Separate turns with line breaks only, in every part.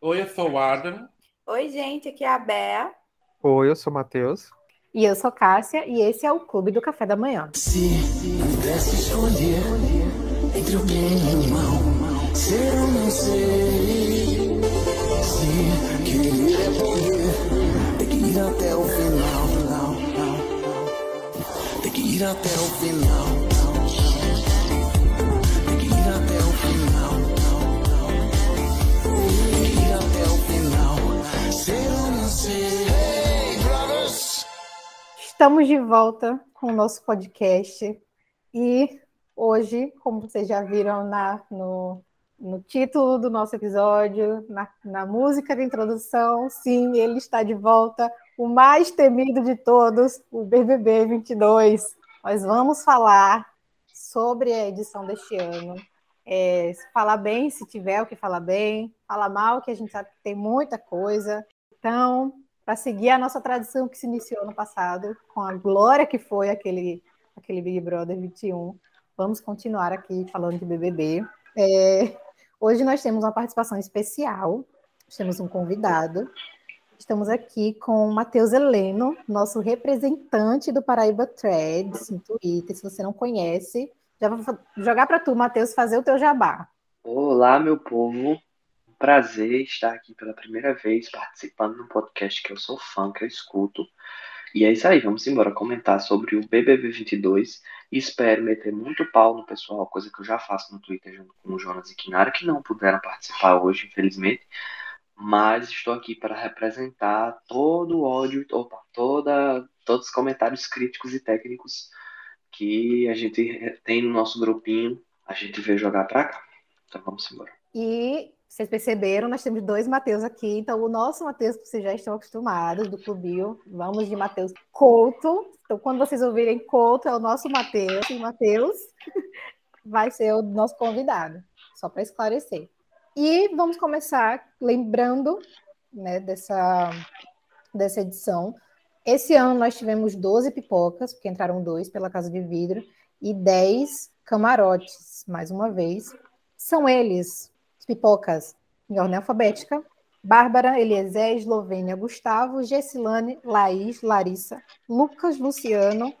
Oi, eu sou o Adam.
Oi, gente, aqui é a Bea.
Oi, eu sou o Matheus.
E eu sou Cássia e esse é o Clube do Café da Manhã.
Se pudesse escolher entre o bem e o mal, ser ou não ser, se querer é poder, tem que ir até o final, não, não. tem que ir até o final, não, não. tem que ir até o final, não, não. tem que ir até o final, ser ou não ser. Hey, brothers!
Estamos de volta com o nosso podcast e hoje, como vocês já viram na, no, no título do nosso episódio, na, na música da introdução, sim, ele está de volta, o mais temido de todos, o BBB 22. Nós vamos falar sobre a edição deste ano. É, falar bem, se tiver o que falar bem, falar mal, que a gente sabe que tem muita coisa. Então, para seguir a nossa tradição que se iniciou no passado, com a glória que foi aquele, aquele Big Brother 21. Vamos continuar aqui falando de BBB. É, hoje nós temos uma participação especial, nós temos um convidado. Estamos aqui com o Matheus Heleno, nosso representante do Paraíba Threads no Twitter. Se você não conhece, já vou fa- jogar para tu, Matheus, fazer o teu jabá.
Olá, meu povo. Prazer estar aqui pela primeira vez participando de um podcast que eu sou fã, que eu escuto. E é isso aí, vamos embora comentar sobre o BBB 22. Espero meter muito pau no pessoal, coisa que eu já faço no Twitter junto com o Jonas e Kinara, que não puderam participar hoje, infelizmente. Mas estou aqui para representar todo o ódio, opa, toda, todos os comentários críticos e técnicos que a gente tem no nosso grupinho. A gente veio jogar pra cá. Então vamos embora.
E vocês perceberam, nós temos dois Mateus aqui. Então, o nosso Mateus, que vocês já estão acostumados, do Clubinho, vamos de Mateus Couto. Então, quando vocês ouvirem Couto, é o nosso Mateus. E Mateus vai ser o nosso convidado, só para esclarecer. E vamos começar lembrando né, dessa, dessa edição. Esse ano nós tivemos 12 pipocas, porque entraram dois pela Casa de Vidro, e 10 camarotes, mais uma vez. São eles, as pipocas, em ordem alfabética, Bárbara, Eliezer, Eslovênia, Gustavo, Gessilane, Laís, Larissa, Lucas, Luciano,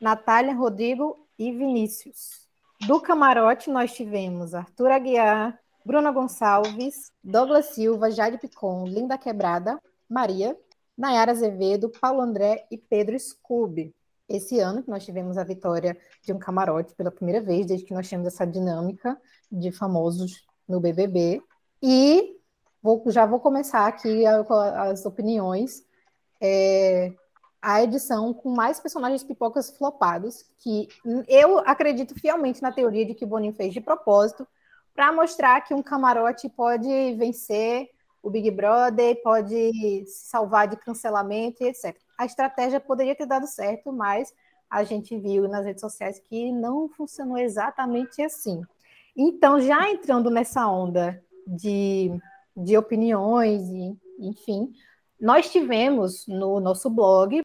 Natália, Rodrigo e Vinícius. Do camarote, nós tivemos Arthur Aguiar, Bruna Gonçalves, Douglas Silva, Jade Picon, Linda Quebrada, Maria, Nayara Azevedo, Paulo André e Pedro Scooby. Esse ano que nós tivemos a vitória de um camarote pela primeira vez, desde que nós temos essa dinâmica de famosos no BBB. E vou- já vou começar aqui a- com as opiniões. É, a edição com mais personagens pipocas flopados, que hum, eu acredito fielmente na teoria de que o Boninho fez de propósito, para mostrar que um camarote pode vencer o Big Brother, pode se salvar de cancelamento e etc. A estratégia poderia ter dado certo, mas a gente viu nas redes sociais que não funcionou exatamente assim. Então, já entrando nessa onda de, de opiniões, e, enfim, nós tivemos no nosso blog,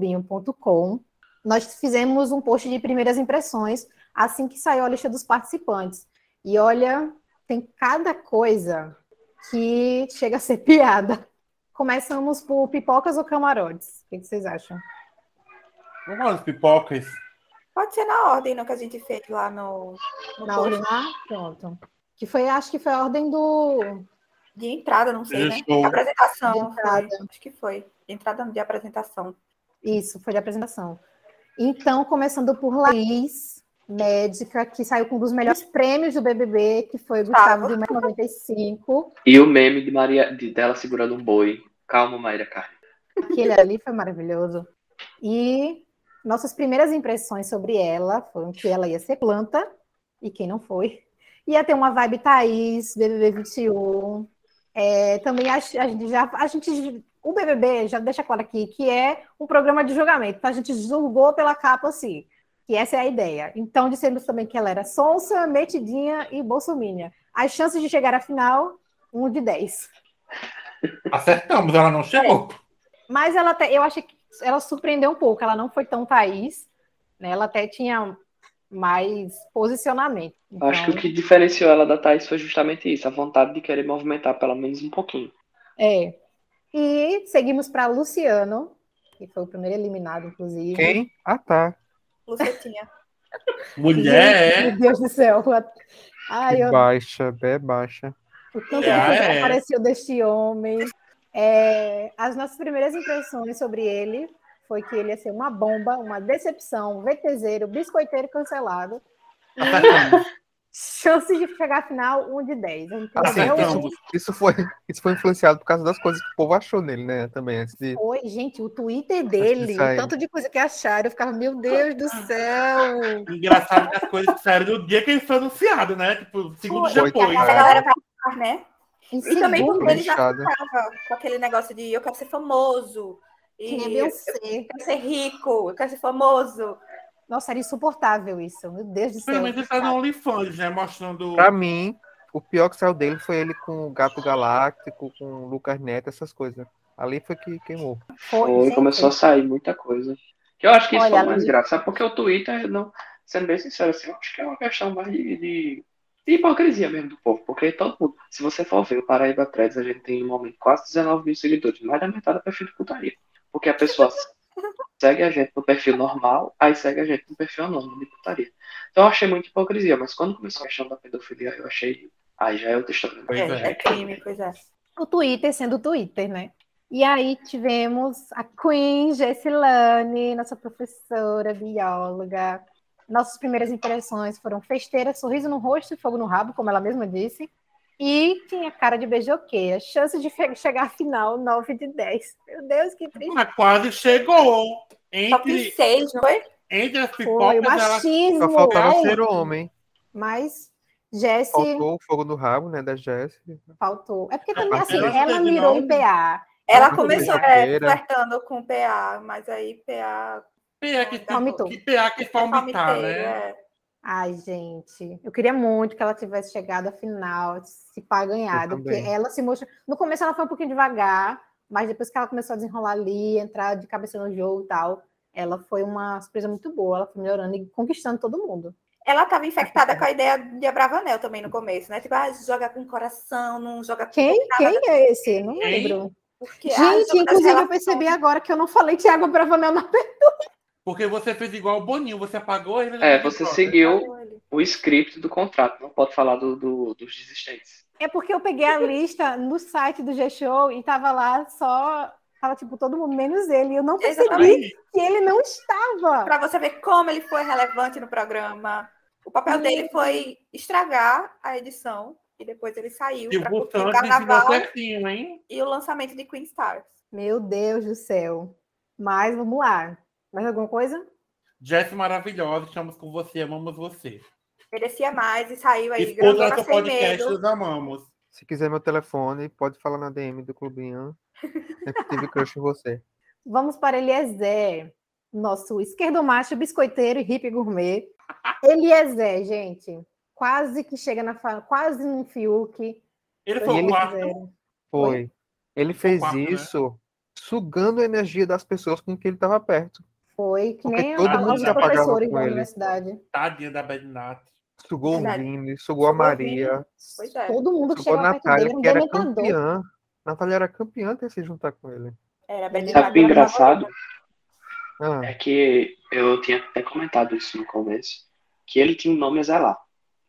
blogdoclubinho.com, nós fizemos um post de primeiras impressões assim que saiu a lista dos participantes. E olha, tem cada coisa que chega a ser piada. Começamos por pipocas ou camarotes? O que que vocês acham?
Vamos falar das pipocas.
Pode ser na ordem no que a gente fez lá no, no
Na
post
ordem lá? Pronto. Que foi, acho que foi a ordem do,
de entrada, não sei,
Eu
né?
estou-
De apresentação.
De entrada.
foi. Acho que foi. De entrada não, de apresentação.
Isso, foi de apresentação. Então, começando por Laís, médica, que saiu com um dos melhores prêmios do BBB, que foi Gustavo de 95.
E o meme de Maria de dela segurando um boi. Calma, Maíra Carne.
Aquele ali foi maravilhoso. E nossas primeiras impressões sobre ela foram que ela ia ser planta, e quem não foi. Ia ter uma vibe Thaís, BBB 21. É, também a, a gente já. A gente, o BBB, já deixa claro aqui, que é um programa de julgamento. Então a gente julgou pela capa assim, que essa é a ideia. Então dissemos também que ela era sonsa, metidinha e bolsominha. As chances de chegar à final, um de 10.
Acertamos, ela não chegou.
Mas ela até, eu achei que ela surpreendeu um pouco, ela não foi tão Thaís, né? Ela até tinha mais posicionamento.
Eu acho que o
Então,
que diferenciou ela da Thaís foi justamente isso, a vontade de querer movimentar pelo menos um pouquinho.
É. E seguimos para Luciano, que foi o primeiro eliminado, inclusive.
Quem? Ah, tá.
Lucetinha.
Mulher é.
Meu Deus do céu. Ai,
Que
eu
baixa, bem baixa.
O tanto
Ah,
que
é.
apareceu deste homem. É, as nossas primeiras impressões sobre ele foi que ele ia ser uma bomba, uma decepção, um VTZero, biscoiteiro cancelado.
Acertamos.
Chances de chegar à final, um de 10. Então,
Assim,
eu
Acertamos.
Isso foi, isso foi influenciado por causa das coisas que o povo achou nele, né? Também, antes de
Oi, gente, o Twitter dele,
Isso aí.
o tanto de coisa que acharam, eu ficava, meu Deus do céu!
Engraçado que as coisas que saíram do dia que ele foi anunciado, né? Tipo, segundos
Foi.
depois.
A galera vai ficar, né?
Em
E também
segundo,
porque ele já
Manchada.
ficava com aquele negócio de eu quero ser famoso.
quem é
E eu
Beyoncé.
quero ser rico, eu quero ser famoso.
Nossa, era insuportável isso, meu Deus do
Pelo
céu.
menos ele tá no OnlyFans, né? Mostrando.
Pra mim, o pior que saiu dele foi ele com o Gato Galáctico, com o Lucas Neto, essas coisas. Ali foi que queimou.
Foi,
Foi,
gente,
começou a sair muita coisa. Que eu acho que isso
Olha,
foi o mais
Luiz.
grave, sabe? Porque o Twitter, não, sendo bem sincero, assim, eu acho que é uma questão mais de, de- de hipocrisia mesmo do povo. Porque todo mundo, se você for ver o Paraíba Threads, a gente tem no momento quase 19 mil seguidores, mais da metade é perfil de putaria. Porque a pessoa segue a gente no perfil normal, aí segue a gente no perfil anônimo de putaria. Então eu achei muita hipocrisia, mas quando começou a questão da pedofilia, eu achei. Aí já é outra história.
Pois
É,
é.
é crime, pois é.
o Twitter sendo o Twitter, né? E aí tivemos a Queen Gessilane, nossa professora, bióloga. Nossas primeiras impressões foram festeira, sorriso no rosto e fogo no rabo, como ela mesma disse. E tinha cara de beijoqueira. Chance de fe- chegar à final, 9 de 10. Meu Deus, que triste.
Mas Ah, quase chegou.
Top
Entre,
6, não foi?
entre as
Foi o
pipocas, ela
Só
machismo.
faltava
Não.
ser homem.
Mas Jessi faltou.
Faltou o fogo no rabo, né? Da Jessie.
É porque também,
Eu
assim,
acho que
ela
teve
mirou
nove.
em PA.
Ela
Muito
começou é,
brincadeira.
flertando com o PA, mas aí PA.
PA que,
Vomitou.
que PA que palmitar,
palmiteiro,
né?
é.
Ai, gente, eu queria muito que ela tivesse chegado à final, se pá ganhado,
Eu
porque
também.
ela se mostrou. No começo ela foi um pouquinho devagar, mas depois que ela começou a desenrolar ali, entrar de cabeça no jogo e tal, ela foi uma surpresa muito boa. Ela foi melhorando e conquistando todo mundo.
Ela estava infectada com a ideia de Abravanel também no começo, né? Tipo, ah, joga com coração, não joga com
Quem,
nada,
quem é esse? Não
Quem?
lembro.
porque, ah, joga
Gente,
das
inclusive eu
relações.
percebi agora que eu não falei Thiago Bravanel na
Porque você fez igual o Boninho, você apagou ele.
É, você
Pronto.
seguiu o script do contrato, não pode falar do- do- dos desistentes.
É porque eu peguei a lista no site do G-Show e tava lá só. Tava tipo todo mundo menos ele. E eu não percebi
Aí,
que ele não estava.
Para você ver como ele foi relevante no programa. O papel
Uhum.
dele foi estragar a edição e depois ele saiu
e o
pra curtir
Butão
tá o
ensinou
carnaval
certinho, hein?
e o lançamento de Queen Stars.
Meu Deus do céu. Mas vamos lá. Mais alguma coisa?
Jess maravilhosa, estamos com você, amamos você.
Merecia mais e saiu aí,
Escuta
gravando
nosso
sem
podcast,
medo.
os amamos.
Se quiser meu telefone, pode falar na DM do Clubinho. Sempre tive crush em você.
Vamos para Eliezer, nosso esquerdomacho, biscoiteiro e hippie gourmet. Eliezer, gente, quase que chega na fa... quase num Fiuk.
Ele
E
foi o
ele
quarto.
Eliezer.
Foi. Ele fez
quarto, né?
isso sugando a energia das pessoas com que ele estava perto.
Foi que
Porque
nem
todo
a-
mundo
os
se apagava
professores
com
da
ele.
universidade.
Tadinha da Bednat.
Sugou o
Verdade.
Vini, sugou a
Sugou o
Maria,
Pois é.
Todo mundo que
sugou a
chegava perto
Natália,
dele era um
que era
dementador.
campeã. Natália era campeã até se juntar com ele.
Era bem
Sabe o que é engraçado?
Ah,
É que eu tinha até comentado isso no começo, que ele tinha um nome a zelar,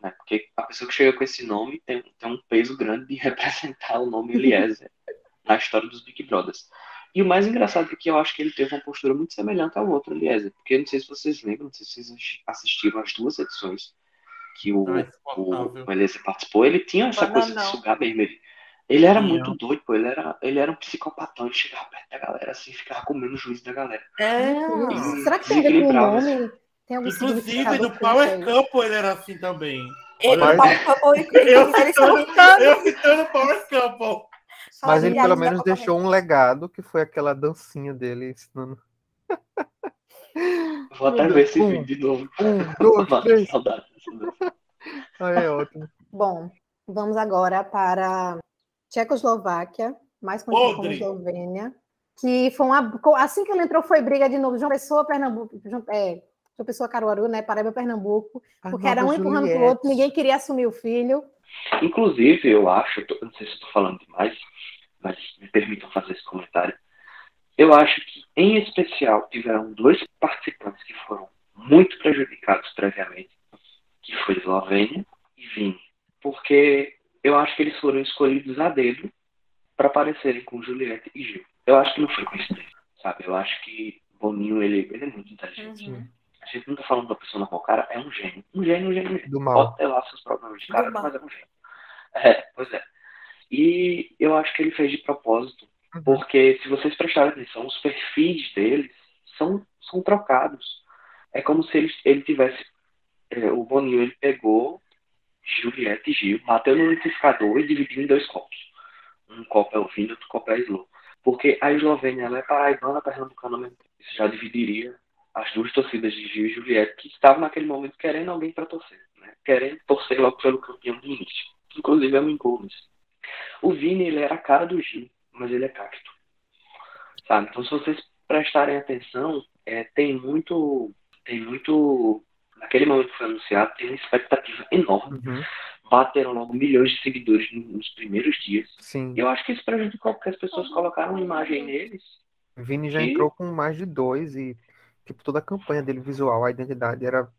né? Porque a pessoa que chega com esse nome tem, tem um peso grande de representar o nome Eliezer na história dos Big Brothers. E o mais engraçado é que eu acho que ele teve uma postura muito semelhante ao outro Eliezer, porque eu não sei se vocês lembram, não sei se vocês assistiram as duas edições que o,
Ai,
o,
insuportável.
o Eliezer participou, ele tinha essa
Bananão.
coisa de sugar mesmo. Ele, ele era
Tinha.
muito doido, pô. Ele era, ele era um psicopatão, ele chegava perto da galera assim, ficava comendo o juiz da galera.
É.
Hum, Será que tem a ver com o
Desequilibrado.
nome? Tem algum
Inclusive,
significado
no
oculto
Power
aí?
Couple ele era assim também.
Ele
Mas-
palpou e
Eu
eles são
citando, eu citando Power Couple.
mas ele
familiares da
pelo menos
Copa
deixou um legado que foi aquela dancinha dele ensinando.
Vou até
Meu
ver esse
Deus.
vídeo de novo.
Um, dois,
Mano, que
três.
saudade dessa dança.
Ah, é ótimo.
Bom, vamos agora para Tchecoslováquia, mais conhecida como
Podre.
Eslovênia, que foi uma. co- Assim que ele entrou, foi briga de novo. João Pessoa, Pernambuco, João- é, João Pessoa Caruaru, né? Paraíba, Pernambuco.
A
Porque era um
nova
empurrando pro
Juliette.
outro, ninguém queria assumir o filho.
Inclusive, eu acho, eu tô- não sei se estou falando demais, mas me permitam fazer esse comentário. Eu acho que, em especial, tiveram dois participantes que foram muito prejudicados previamente, que foi Eslovênia e Vini. Porque eu acho que eles foram escolhidos a dedo para aparecerem com Juliette e Gil. Eu acho que não foi coincidência, sabe? Eu acho que Boninho, ele, ele é muito inteligente.
Uhum.
A gente não tá falando de uma pessoa normal, o cara é um gênio. Um gênio, um gênio, um gênio
do mal.
pode ter lá seus problemas de cara,
Normal.
mas é um gênio. É, pois é. E eu acho que ele fez de propósito,
Uhum.
porque se vocês prestarem atenção, os perfis deles são, são trocados. É como se ele, ele tivesse. é, o Boninho ele pegou Juliette e Gil, bateu no liquidificador e dividiu em dois copos. Um copo é o vinho, outro copo é a Slow. Porque a Eslovênia ela é paraibana, pernambucana ao mesmo tempo. Isso já dividiria as duas torcidas de Gil e Juliette, que estavam naquele momento querendo alguém para torcer, né? querendo torcer logo pelo campeão do início. Inclusive, é um incômodo. O Vini, ele era a cara do Gil, mas ele é casto. Sabe? Então, se vocês prestarem atenção, é, tem muito. Tem muito. Naquele momento que foi anunciado, tem uma expectativa enorme.
Uhum.
Bateram logo milhões de seguidores nos primeiros dias.
Sim.
Eu acho que isso prejudicou, porque as pessoas colocaram uma imagem neles.
Vini já
E-
entrou com mais de dois e tipo toda a campanha dele visual, a identidade era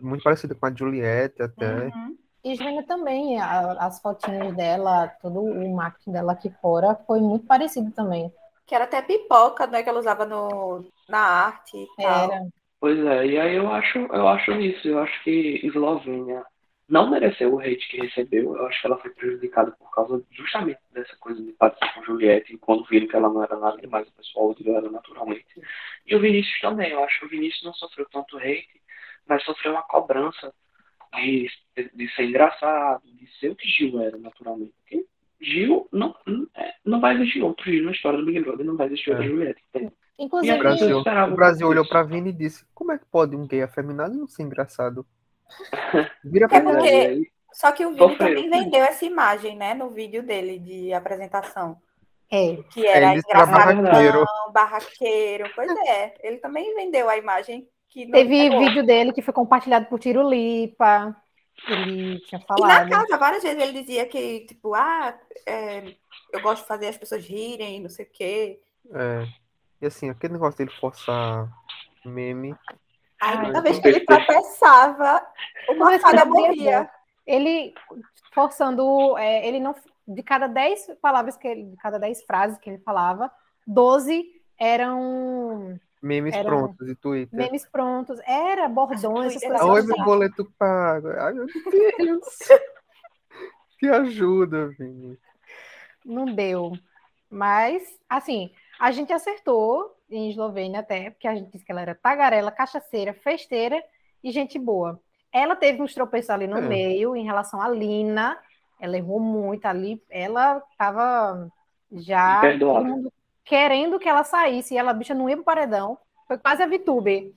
muito parecida com a de Juliette até.
Uhum.
E Joana também, a- as fotinhas dela, todo o marketing dela aqui fora foi muito parecido também.
Que era até pipoca, né? Que ela usava no, na arte e tal.
Era.
Pois é, e aí eu acho, eu acho isso, eu acho que Eslovênia não mereceu o hate que recebeu, eu acho que ela foi prejudicada por causa justamente dessa coisa de parecer com Juliette, e quando viram que ela não era nada demais, o pessoal odiou ela naturalmente. E o Vinícius também, eu acho que o Vinícius não sofreu tanto hate, mas sofreu uma cobrança de, de ser engraçado, de ser o que Gil era naturalmente. Porque Gil não, não- é, não vai existir outro Gil na história do Big Brother, não vai existir outra
É.
Juliette. entende?
Inclusive,
E
O Brasil,
esperava
o Brasil
por
olhou
isso.
pra Vini e disse: Como é que pode um gay afeminado não ser engraçado? Vira pra
É
Pois
porque-
né?
é, e aí-
Só que o Vini
Sofreu.
também vendeu essa imagem, né? No vídeo dele de apresentação.
é,
Que era
ele era
engraçadão,
barraqueiro.
barraqueiro. Pois é, ele também vendeu a imagem que não
teve
pegou.
vídeo dele que foi compartilhado por Tiro Lipa. Ele tinha
E na
falado.
casa, várias vezes ele dizia que, tipo, ah, é, eu gosto de fazer as pessoas rirem, não sei o quê.
É. E assim, aquele negócio dele forçar meme.
Aí
Ah,
toda
então
vez que ele
perfeito.
tropeçava, o
é
Mafalda morria.
Ele forçando, é, ele não de cada 10 palavras que ele, de cada 10 frases que ele falava, 12 eram
Memes
Era-
prontos e Twitter.
memes prontos, era bordões, essas coisas.
Oi,
assim.
meu boleto pago. Ai, meu Deus. Te ajuda, Vini.
não deu. Mas, assim, a gente acertou em Eslovênia até, porque a gente disse que ela era tagarela, cachaceira, festeira e gente boa. Ela teve uns tropeços ali no
É.
meio em relação à Lina. Ela errou muito ali. Ela tava já
Imperdoável.
todo mundo querendo que ela saísse e ela, bicha, não ia pro paredão. Foi quase a VTube,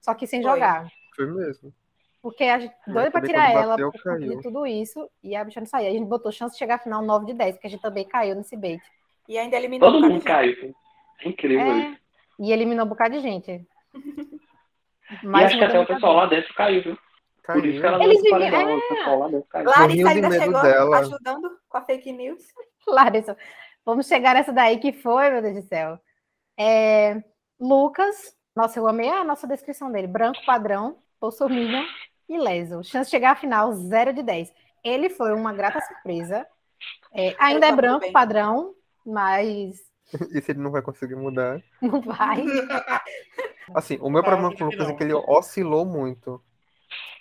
só que sem
Foi.
jogar.
Foi mesmo.
Porque a gente doida pra
também
tirar
É, quando
ela
bateu,
por conta de
caiu.
tudo isso e a bicha não saía. A gente botou chance de chegar à final 9 de 10, porque a gente também caiu nesse bait.
E ainda eliminou
Todo
o
mundo
cara.
caiu. É incrível
É,
isso.
e eliminou um bocado de gente.
E acho que
mudou
até o
muita
pessoal
gente.
lá dentro caiu, viu?
Caiu.
Por isso que ela
Eles é.
não se
viviam-
paredão, o pessoal lá dentro caiu.
Larissa
Morriam de
ainda
medo
chegou
dela.
ajudando com a fake news.
Larissa, vamos chegar nessa daí que foi, meu Deus do céu. É, Lucas, nossa, eu amei a nossa descrição dele. Branco padrão, bolsominion e leso. Chance de chegar à final, 0 de 10. Ele foi uma grata surpresa. É, ainda é
tava
branco
bem.
padrão, mas
Isso ele não vai conseguir mudar.
não vai.
Assim, o meu
Claro
problema
que
com o Lucas é
não.
que ele oscilou muito.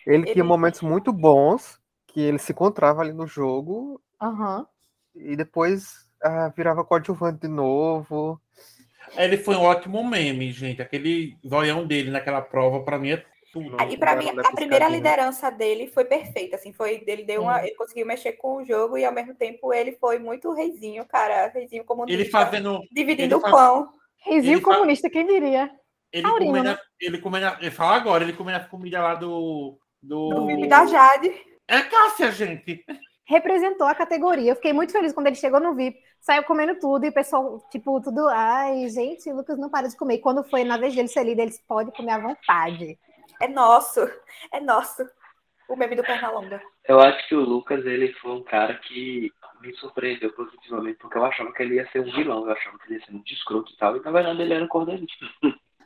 Ele
Ele-
tinha momentos muito bons, que ele se encontrava ali no jogo,
Aham.
e depois ah, virava coadjuvante de novo.
Ele foi um ótimo meme, gente. Aquele zoião dele naquela prova, pra mim, é tudo.
Ah, E pra
Não,
mim,
não é
a primeira
piscadinha.
liderança dele foi perfeita, assim, foi, ele deu uma, ele conseguiu mexer com o jogo e ao mesmo tempo ele foi muito reizinho, cara, reizinho comunista,
Ele fazendo.
dividindo
ele
o
fa-
pão.
Reizinho
Ele fa-
comunista, quem diria?
Ele
Taurino,
comendo.
né?
a- Ele comendo. a- Ele fala agora, ele comendo a comida lá do. Do,
O filme da Jade,
É Cássia, gente.
representou a categoria. Eu fiquei muito feliz quando ele chegou no VIP, saiu comendo tudo e o pessoal, tipo, tudo. Ai, gente, o Lucas não para de comer. E quando foi na vez dele ser líder, eles podem comer à vontade.
É nosso. É nosso. O meme do Pernalonga.
Eu acho que o Lucas, ele foi um cara que me surpreendeu positivamente, porque eu achava que ele ia ser um vilão, eu achava que ele ia ser um descroto e tal, e na verdade ele era um cordeiro.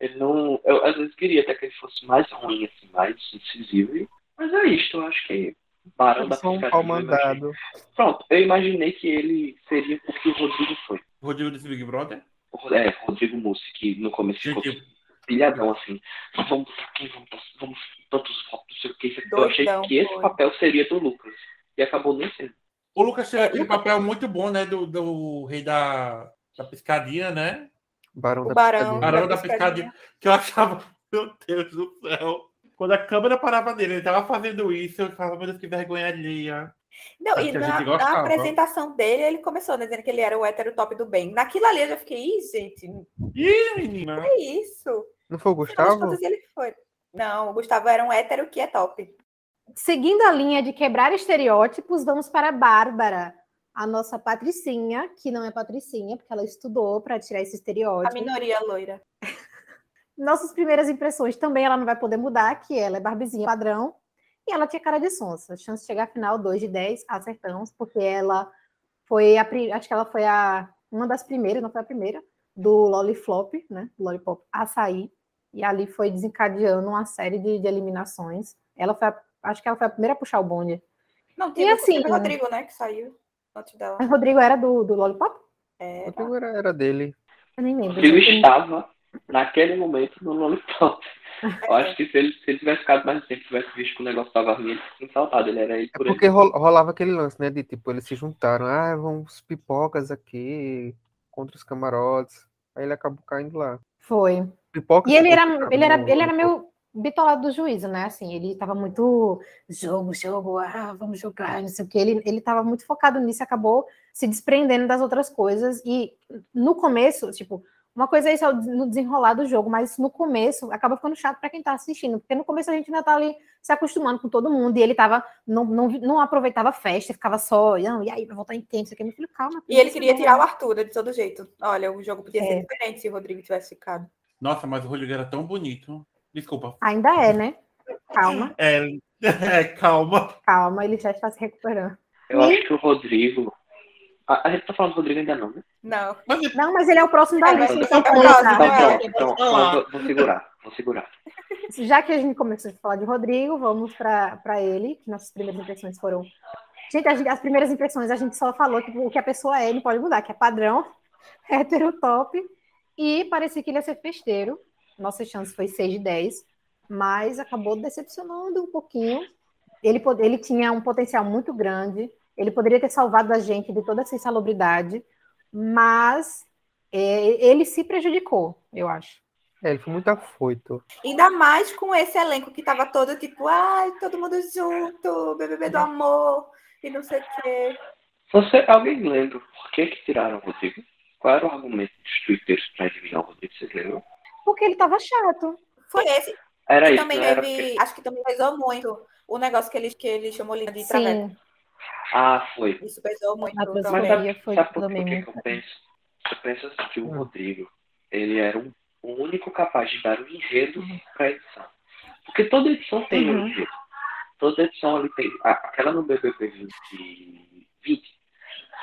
ele não. Eu às vezes queria até que ele fosse mais ruim, assim, mais incisivo, mas é isto, eu acho que. Barão da né?
Eles são um
Pescaria,
pau
eu imaginei-
mandado.
Pronto, eu imaginei que ele seria o que o Rodrigo foi.
Rodrigo desse Big Brother?
O Ro- É, Rodrigo Mussi, que no começo ficou
Gente,
pilhadão, assim. Vamos pra quem, vamos pra vamos pra tantos votos, não sei o que. isso aqui. Eu achei
Doidão,
que esse
foi.
papel seria do Lucas. E acabou nem sendo.
É, o Lucas tinha aquele papel muito bom, né? Do, do rei da, da piscadinha, né?
Barão
O
da
barão.
Piscadinha.
Barão da Piscadinha. Que eu achava, meu Deus do céu. Quando a câmera parava nele, ele tava fazendo isso, eu falava, meu Deus, que vergonha alheia.
Não,
Acho
e
É que a
na,
gente
na
gostava.
apresentação dele, ele começou né, dizendo que ele era o hétero top do bem. Naquilo ali eu já fiquei, ih, gente, não
Ih, menina.
é isso.
Não foi o
Afinal de
Gustavo?
contas, ele foi. Não, o Gustavo era um hétero que é top.
Seguindo a linha de quebrar estereótipos, vamos para a Bárbara, a nossa patricinha, que não é patricinha, porque ela estudou para tirar esse
A
estereótipo.
minoria loira.
Nossas primeiras impressões também ela não vai poder mudar, que ela é barbezinha padrão e ela tinha cara de sonsa. Chance de chegar à final 2 de 10, acertamos, porque ela foi a pri- acho que ela foi a uma das primeiras, não foi a primeira, do Lollipop, né? Do Lollipop a sair e ali foi desencadeando uma série de, de eliminações. Ela foi a- acho que ela foi a primeira a puxar o bonde.
Não, teve,
assim,
teve o Rodrigo, né, que saiu antes dela.
Mas Rodrigo era do, do Lollipop?
É,
O Rodrigo era, era dele.
Eu nem lembro.
Rodrigo
gente, eu não-
estava, naquele momento, no Lollipop.
é.
Eu acho que se ele, se ele tivesse ficado mais tempo, tivesse visto que o negócio tava ruim, ele tinha saltado. Ele era ele
É
por ele.
porque ro- rolava aquele lance, né? De tipo, eles se juntaram. Ah, vamos pipocas aqui contra os camarotes. Aí ele acabou caindo lá.
Foi.
Pipoca um
E ele
ficou
era,
focado
ele
no-
era, ele era meio bitolado do juízo, né? Assim, ele tava muito jogo, jogo, ah, vamos jogar, não sei o quê. Ele, ele tava muito focado nisso e acabou se desprendendo das outras coisas. E no começo, tipo, uma coisa é isso é o des- no desenrolar do jogo, mas no começo acaba ficando chato para quem tá assistindo, porque no começo a gente ainda tá ali se acostumando com todo mundo, e ele tava, não, não, vi- não aproveitava a festa, ficava só, "Não, e aí, vai voltar em tempo, isso aqui, meu filho, calma.
E ele queria
calma."
tirar o Arthur né, de todo jeito. Olha, o jogo podia ser
É.
diferente se o Rodrigo tivesse ficado.
Nossa, mas o Rodrigo era tão bonito. Desculpa.
Ainda é, né? Calma,
É, é, calma.
calma, ele já está se recuperando.
Eu acho que o Rodrigo. A, a gente tá falando do Rodrigo ainda não, né?
Não.
Não, mas ele é o próximo da
É,
lista.
mas
ele
então
tá
é o
falando,
próximo,
tá?
Então,
é.
pronto, então, então eu vou, vou segurar, vou segurar.
Já que a gente começou a falar de Rodrigo, vamos para ele, que nossas primeiras impressões foram. Gente, a gente- as primeiras impressões a gente só falou que o que a pessoa é, ele pode mudar, que é padrão, hétero top. E parecia que ele ia ser festeiro. Nossa chance foi 6 de 10, mas acabou decepcionando um pouquinho. Ele, pod- ele tinha um potencial muito grande, ele poderia ter salvado a gente de toda essa insalubridade, mas é, ele se prejudicou, eu acho.
É, ele foi muito afoito.
Ainda mais com esse elenco que tava todo tipo, ai, todo mundo junto, BBB do amor, e não sei o quê.
Você, alguém lembra por que, que tiraram o Rodrigo? Qual era o argumento dos twitters pra eliminar o Rodrigo? Vocês lembram?
Porque ele tava chato.
Foi esse
Era
que
É isso,
também
não era
teve,
porque...
acho que também pesou muito o negócio que ele, que ele chamou Lina de travesti.
Sim,
Ah, foi.
Isso pesou muito
a
também.
transfobia foi
Sabe por
também Ah.
que que
muito-
eu penso? Eu penso assim, que o Rodrigo, ele era um- o único capaz de dar um enredo pra edição. Porque toda edição tem um
Uhum.
enredo. Toda edição ali tem. a- Aquela no BBB 20, 20,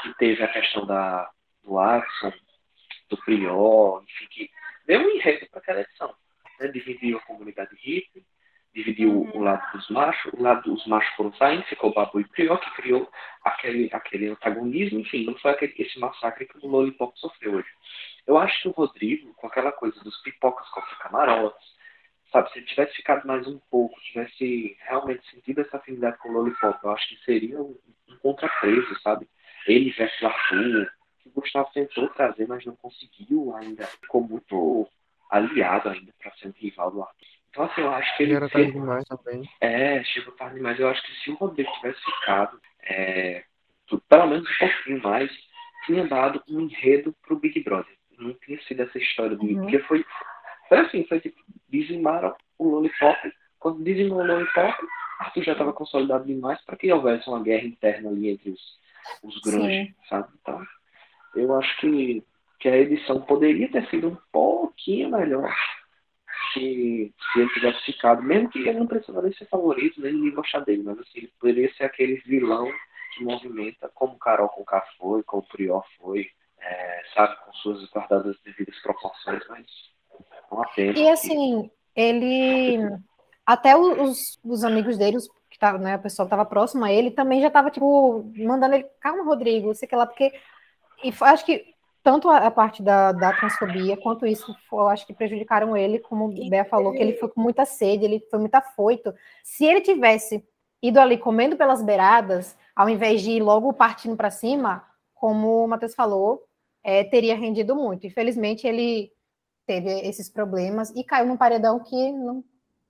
que teve a questão da, do Axon, do Prior, enfim, que deu um enredo pra aquela edição. Né? Dividiu a comunidade hippie, dividiu
Uhum.
o lado dos machos, o lado dos machos foram saindo, ficou Babu e Prior, que criou aquele, aquele antagonismo, enfim, não foi aquele, esse massacre que o Lollipop sofreu hoje. Eu acho que o Rodrigo, com aquela coisa dos pipocas contra camarotes, sabe, se ele tivesse ficado mais um pouco, tivesse realmente sentido essa afinidade com o Lollipop, eu acho que seria um, um contrapeso, sabe? Ele versus Arthur, que o Gustavo tentou trazer, mas não conseguiu ainda, ficou muito aliado ainda para ser um rival do Arthur. Então, assim, eu acho que
Ele
ele,
era
se ele
tarde demais também.
é, chegou tarde mas Eu acho que se o Rodrigo tivesse ficado, é, tu- pelo menos um pouquinho mais, tinha dado um enredo pro Big Brother. Não tinha sido essa história de.
Uhum.
Porque foi, foi assim, foi tipo, dizimaram o Lollipop. Quando dizimou o Lollipop, Arthur já estava consolidado demais para que houvesse uma guerra interna ali entre os, os grunge, sabe? Então, eu acho que, que a edição poderia ter sido um pouquinho melhor
se, se ele tivesse ficado, mesmo que ele não precisava nem ser favorito, nem ninguém gostar dele, mas assim, ele poderia ser aquele vilão que movimenta, como Carol com K foi, como Prior foi, é, sabe, com suas guardadas devidas proporções, mas é uma pena.
E assim, ele. Até os, os amigos dele, os que tava, né, o pessoal que tava próximo a ele, também já tava, tipo, mandando ele, calma, Rodrigo, sei que lá, porque. E foi- acho que tanto a, a parte da, da transfobia quanto isso, eu acho que prejudicaram ele, como o Bea falou, que ele foi com muita sede, ele foi muito afoito. Se ele tivesse ido ali comendo pelas beiradas, ao invés de ir logo partindo para cima, como o Matheus falou, é, teria rendido muito. Infelizmente, ele teve esses problemas e caiu num paredão que não,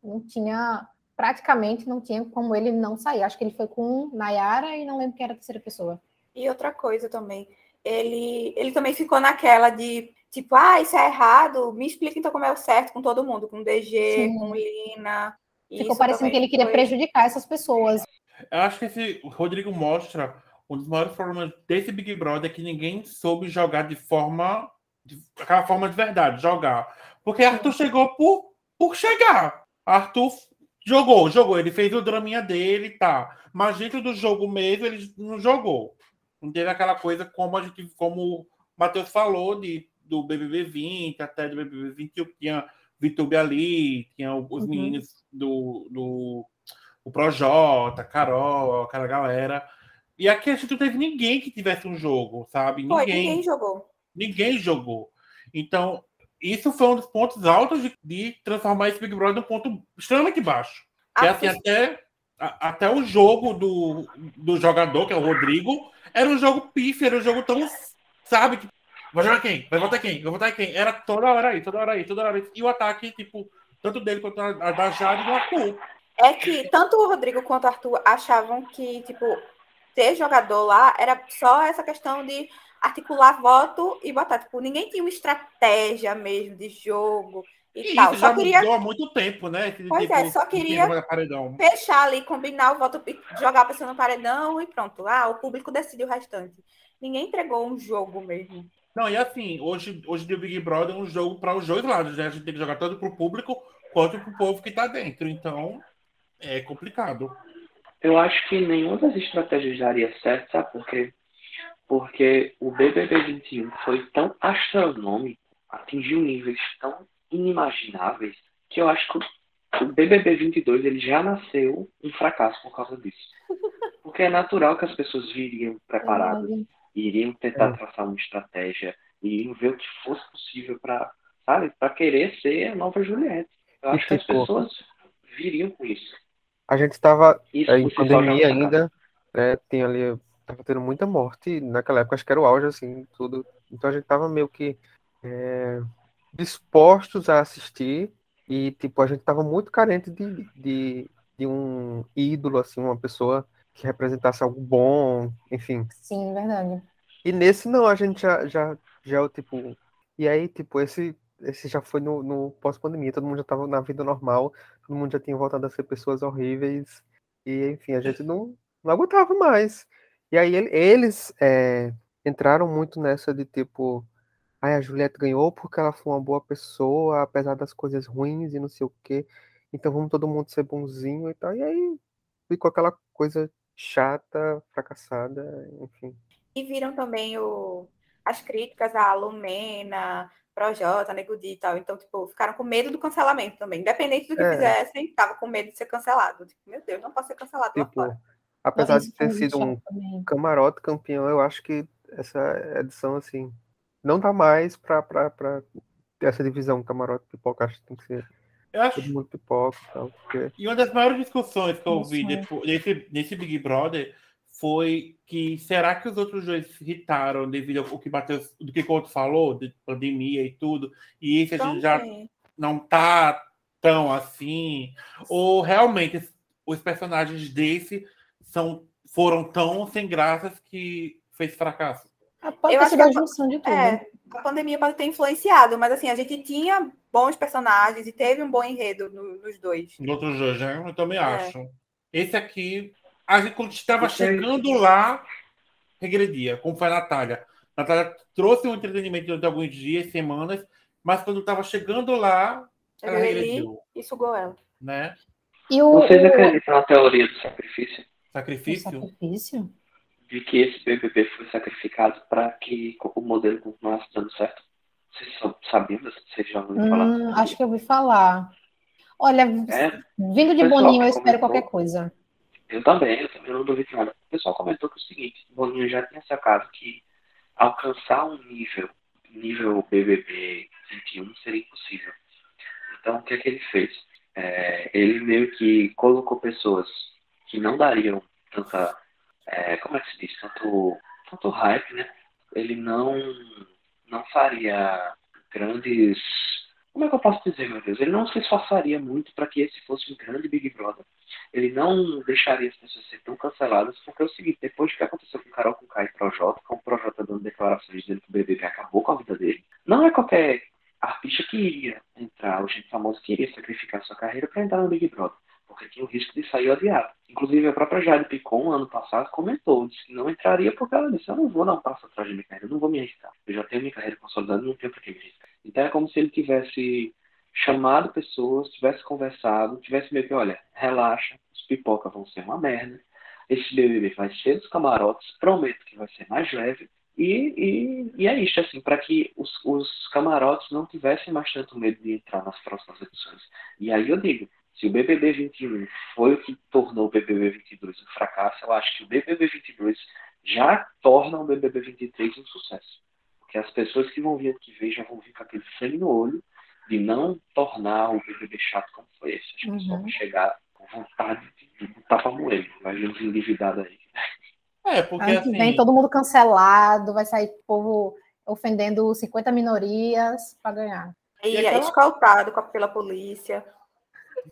não tinha, praticamente não tinha como ele não sair. Acho que ele foi com Nayara e não lembro quem era a terceira pessoa.
E outra coisa também, ele, ele também ficou naquela de tipo, ah, isso é errado, me explica então como é o certo com todo mundo, com DG,
Sim.
com Lina. E
Ficou
isso
parecendo
também
que ele queria
foi-
prejudicar essas pessoas.
Eu acho que esse o Rodrigo mostra um dos maiores problemas desse Big Brother é que ninguém soube jogar de forma. De, aquela forma de verdade, jogar. Porque Arthur chegou por, por chegar. Arthur jogou, jogou. Ele fez o draminha dele, tá. Mas dentro do jogo mesmo, ele não jogou. Não teve aquela coisa como a gente, como o Matheus falou, de, do BBB 20 até do BBB 21, que tinha Vitube ali, tinha os
Uhum.
meninos do, do o Projota, Carol, aquela galera. E aqui a gente não teve ninguém que tivesse um jogo, sabe?
Foi,
ninguém,
ninguém
ninguém.
jogou.
jogou. Então, isso foi um dos pontos altos de, de transformar esse Big Brother num ponto extremamente baixo. Que é
A
assim, até, a- até o jogo do, do jogador, que é o Rodrigo, era um jogo pífio, era um jogo tão. Sabe? que vai jogar quem? Vai votar quem? Vai votar quem? Era toda hora aí, toda hora aí, toda hora aí. E o ataque, tipo, tanto dele quanto a, a da Jade do Arthur.
É que tanto o Rodrigo quanto o Arthur achavam que, tipo, ser jogador lá era só essa questão de articular voto e botar. Tipo, ninguém tinha uma estratégia mesmo de jogo e,
E
tal.
isso já
Então, Só queria
mudou há muito tempo, né? Esse
Pois
tipo
é, só
de
queria-
sistema de paredão.
fechar ali, combinar o voto, e jogar a pessoa no paredão e pronto. Ah, o público decide o restante. Ninguém entregou um jogo mesmo.
Não, e assim, hoje, hoje The Big Brother é um jogo para os dois lados, né? A gente tem que jogar tanto pro público quanto pro povo que tá dentro. Então, é complicado.
Eu acho que nenhuma das estratégias daria certo, sabe por quê? Porque o BBB 21 foi tão astronômico, atingiu níveis tão inimagináveis, que eu acho que o- o BBB 22 ele já nasceu um fracasso por causa disso. Porque é natural que as pessoas viriam
Uhum.
preparadas iriam
É.
tentar traçar uma estratégia, iriam ver o que fosse possível para, sabe, para querer ser a nova Juliette. Eu
E
acho que as
ficou.
pessoas viriam com isso.
A gente estava
Isso
em
por si só já é um
pandemia
fracasso.
ainda, né? Tinha ali, tava tendo muita morte naquela época, acho que era o auge, assim, tudo. Então a gente tava meio que é, dispostos a assistir e, tipo, a gente tava muito carente de, de, de um ídolo, assim, uma pessoa que representasse algo bom, enfim.
Sim, verdade.
E nesse não, a gente já, já, já é o tipo. E aí, tipo, esse, esse já foi no, no pós-pandemia, todo mundo já tava na vida normal, todo mundo já tinha voltado a ser pessoas horríveis, e enfim, a gente não, não aguentava mais. E aí ele- eles é, entraram muito nessa de tipo, ai, a Juliette ganhou porque ela foi uma boa pessoa, apesar das coisas ruins e não sei o quê, então vamos todo mundo ser bonzinho e tal. E aí ficou aquela coisa chata, fracassada, enfim.
E viram também o, as críticas à Lumena, Projota, Nego Di e tal. Então, tipo, ficaram com medo do cancelamento também. Independente do que
É.
fizessem, tava com medo de ser cancelado. Tipo, meu Deus, não posso ser cancelado lá
Tipo,
fora.
apesar
Isso
de
foi
ter
muito
sido um
chato também.
camarote campeão, eu acho que essa edição, assim, não dá mais pra, pra, pra ter essa divisão um camarote pipoca. Acho que tem que ser
Eu acho
todo mundo pipoca e tal, porque
E uma das maiores discussões que eu ouvi
Discussões.
depois, nesse, nesse Big Brother foi que será que os outros dois se irritaram devido ao que Matheus, do que o Couto falou, de pandemia e tudo, e isso a
Então,
gente já
Também.
não tá tão assim, ou realmente os personagens desse são, foram tão sem graças que fez fracasso.
Ah, Pode
Eu
ter
acho
sido a
que-
junção de tudo.
É, a pandemia pode ter influenciado, mas assim, a gente tinha bons personagens e teve um bom enredo no- nos dois.
Em outros dois, né? Eu também
É.
acho. Esse aqui, a gente quando estava
Esse aí-
chegando lá, regredia, como foi a Natália. A Natália trouxe um entretenimento durante alguns dias, semanas, mas quando estava chegando lá,
Eu ele e sugou ela.
né?
E o,
Vocês
o
acreditam na teoria do sacrifício?
Sacrifício?
sacrifício?
De que esse BBB foi sacrificado para que o modelo continuasse dando certo? Vocês só sabiam dessa? Vocês já ouviram falar?
Hum, acho que eu ouvi falar. Olha,
É,
vindo de
Pessoal,
Boninho, eu espero
comentou.
qualquer coisa.
Eu também, eu também não duvido nada. O pessoal comentou que é o seguinte, o Boninho já tinha sacado que alcançar um nível, nível BBB 21 seria impossível. Então, o que é que ele fez? É, ele meio que colocou pessoas que não dariam tanta, é, como é que se diz, tanto, tanto hype, né? Ele não, não faria grandes, como é que eu posso dizer, meu Deus? Ele não se esforçaria muito para que esse fosse um grande Big Brother ele não deixaria as pessoas serem tão canceladas, porque é o seguinte, depois do que aconteceu com Carol Conká e Projota, com o Projota dando declarações dizendo que o BBB acabou com a vida dele, não é qualquer artista que iria entrar, o gente famoso que iria sacrificar sua carreira para entrar no Big Brother, porque tinha o risco de sair odiado. Inclusive, a própria Jade Picon, ano passado, comentou, disse que não entraria porque ela disse, eu não vou dar um passo atrás da minha carreira, eu não vou me arriscar. Eu já tenho minha carreira consolidada, não tenho para que me arriscar. Então é como se ele tivesse chamado pessoas, tivesse conversado, tivesse meio que, olha, relaxa, os pipoca vão ser uma merda, esse BBB vai ser dos camarotes, prometo que vai ser mais leve, e, e, e é isso, assim, para que os, os camarotes não tivessem mais tanto medo de entrar nas próximas edições. E aí eu digo, se o BBB 21 foi o que tornou o BBB 22 um fracasso, eu acho que o BBB 22 já torna o BBB 23 um sucesso. Porque as pessoas que vão vir ano que vem já vão vir com aquele sangue no olho, de não tornar o BBB chato como foi esse. Acho que o pessoal
Uhum.
vai chegar com vontade de botar pra moer. Vai vir uns endividados aí.
É, porque
Ano que
assim.
vem todo mundo cancelado, vai sair povo ofendendo 50 minorias para ganhar.
E
E aquela-
é escoltado com a- pela polícia.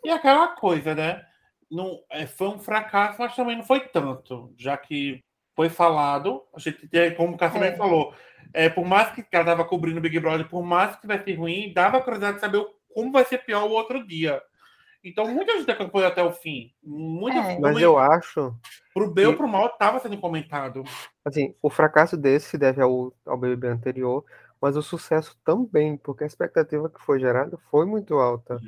E aquela coisa, né? Não, é, foi um fracasso, mas também não foi tanto, já que foi falado, a gente, tem- como o Cássio
É.
bem falou, é, por mais que ela estava cobrindo o Big Brother, por mais que tivesse ruim, dava curiosidade de saber o- como vai ser pior o outro dia. Então, muita gente acompanhou até o fim. Muita
É.
Mas eu acho,
Pro bem ou pro mal, estava sendo comentado.
assim, o fracasso desse se deve ao, ao BBB anterior, mas o sucesso também, porque a expectativa que foi gerada foi muito alta.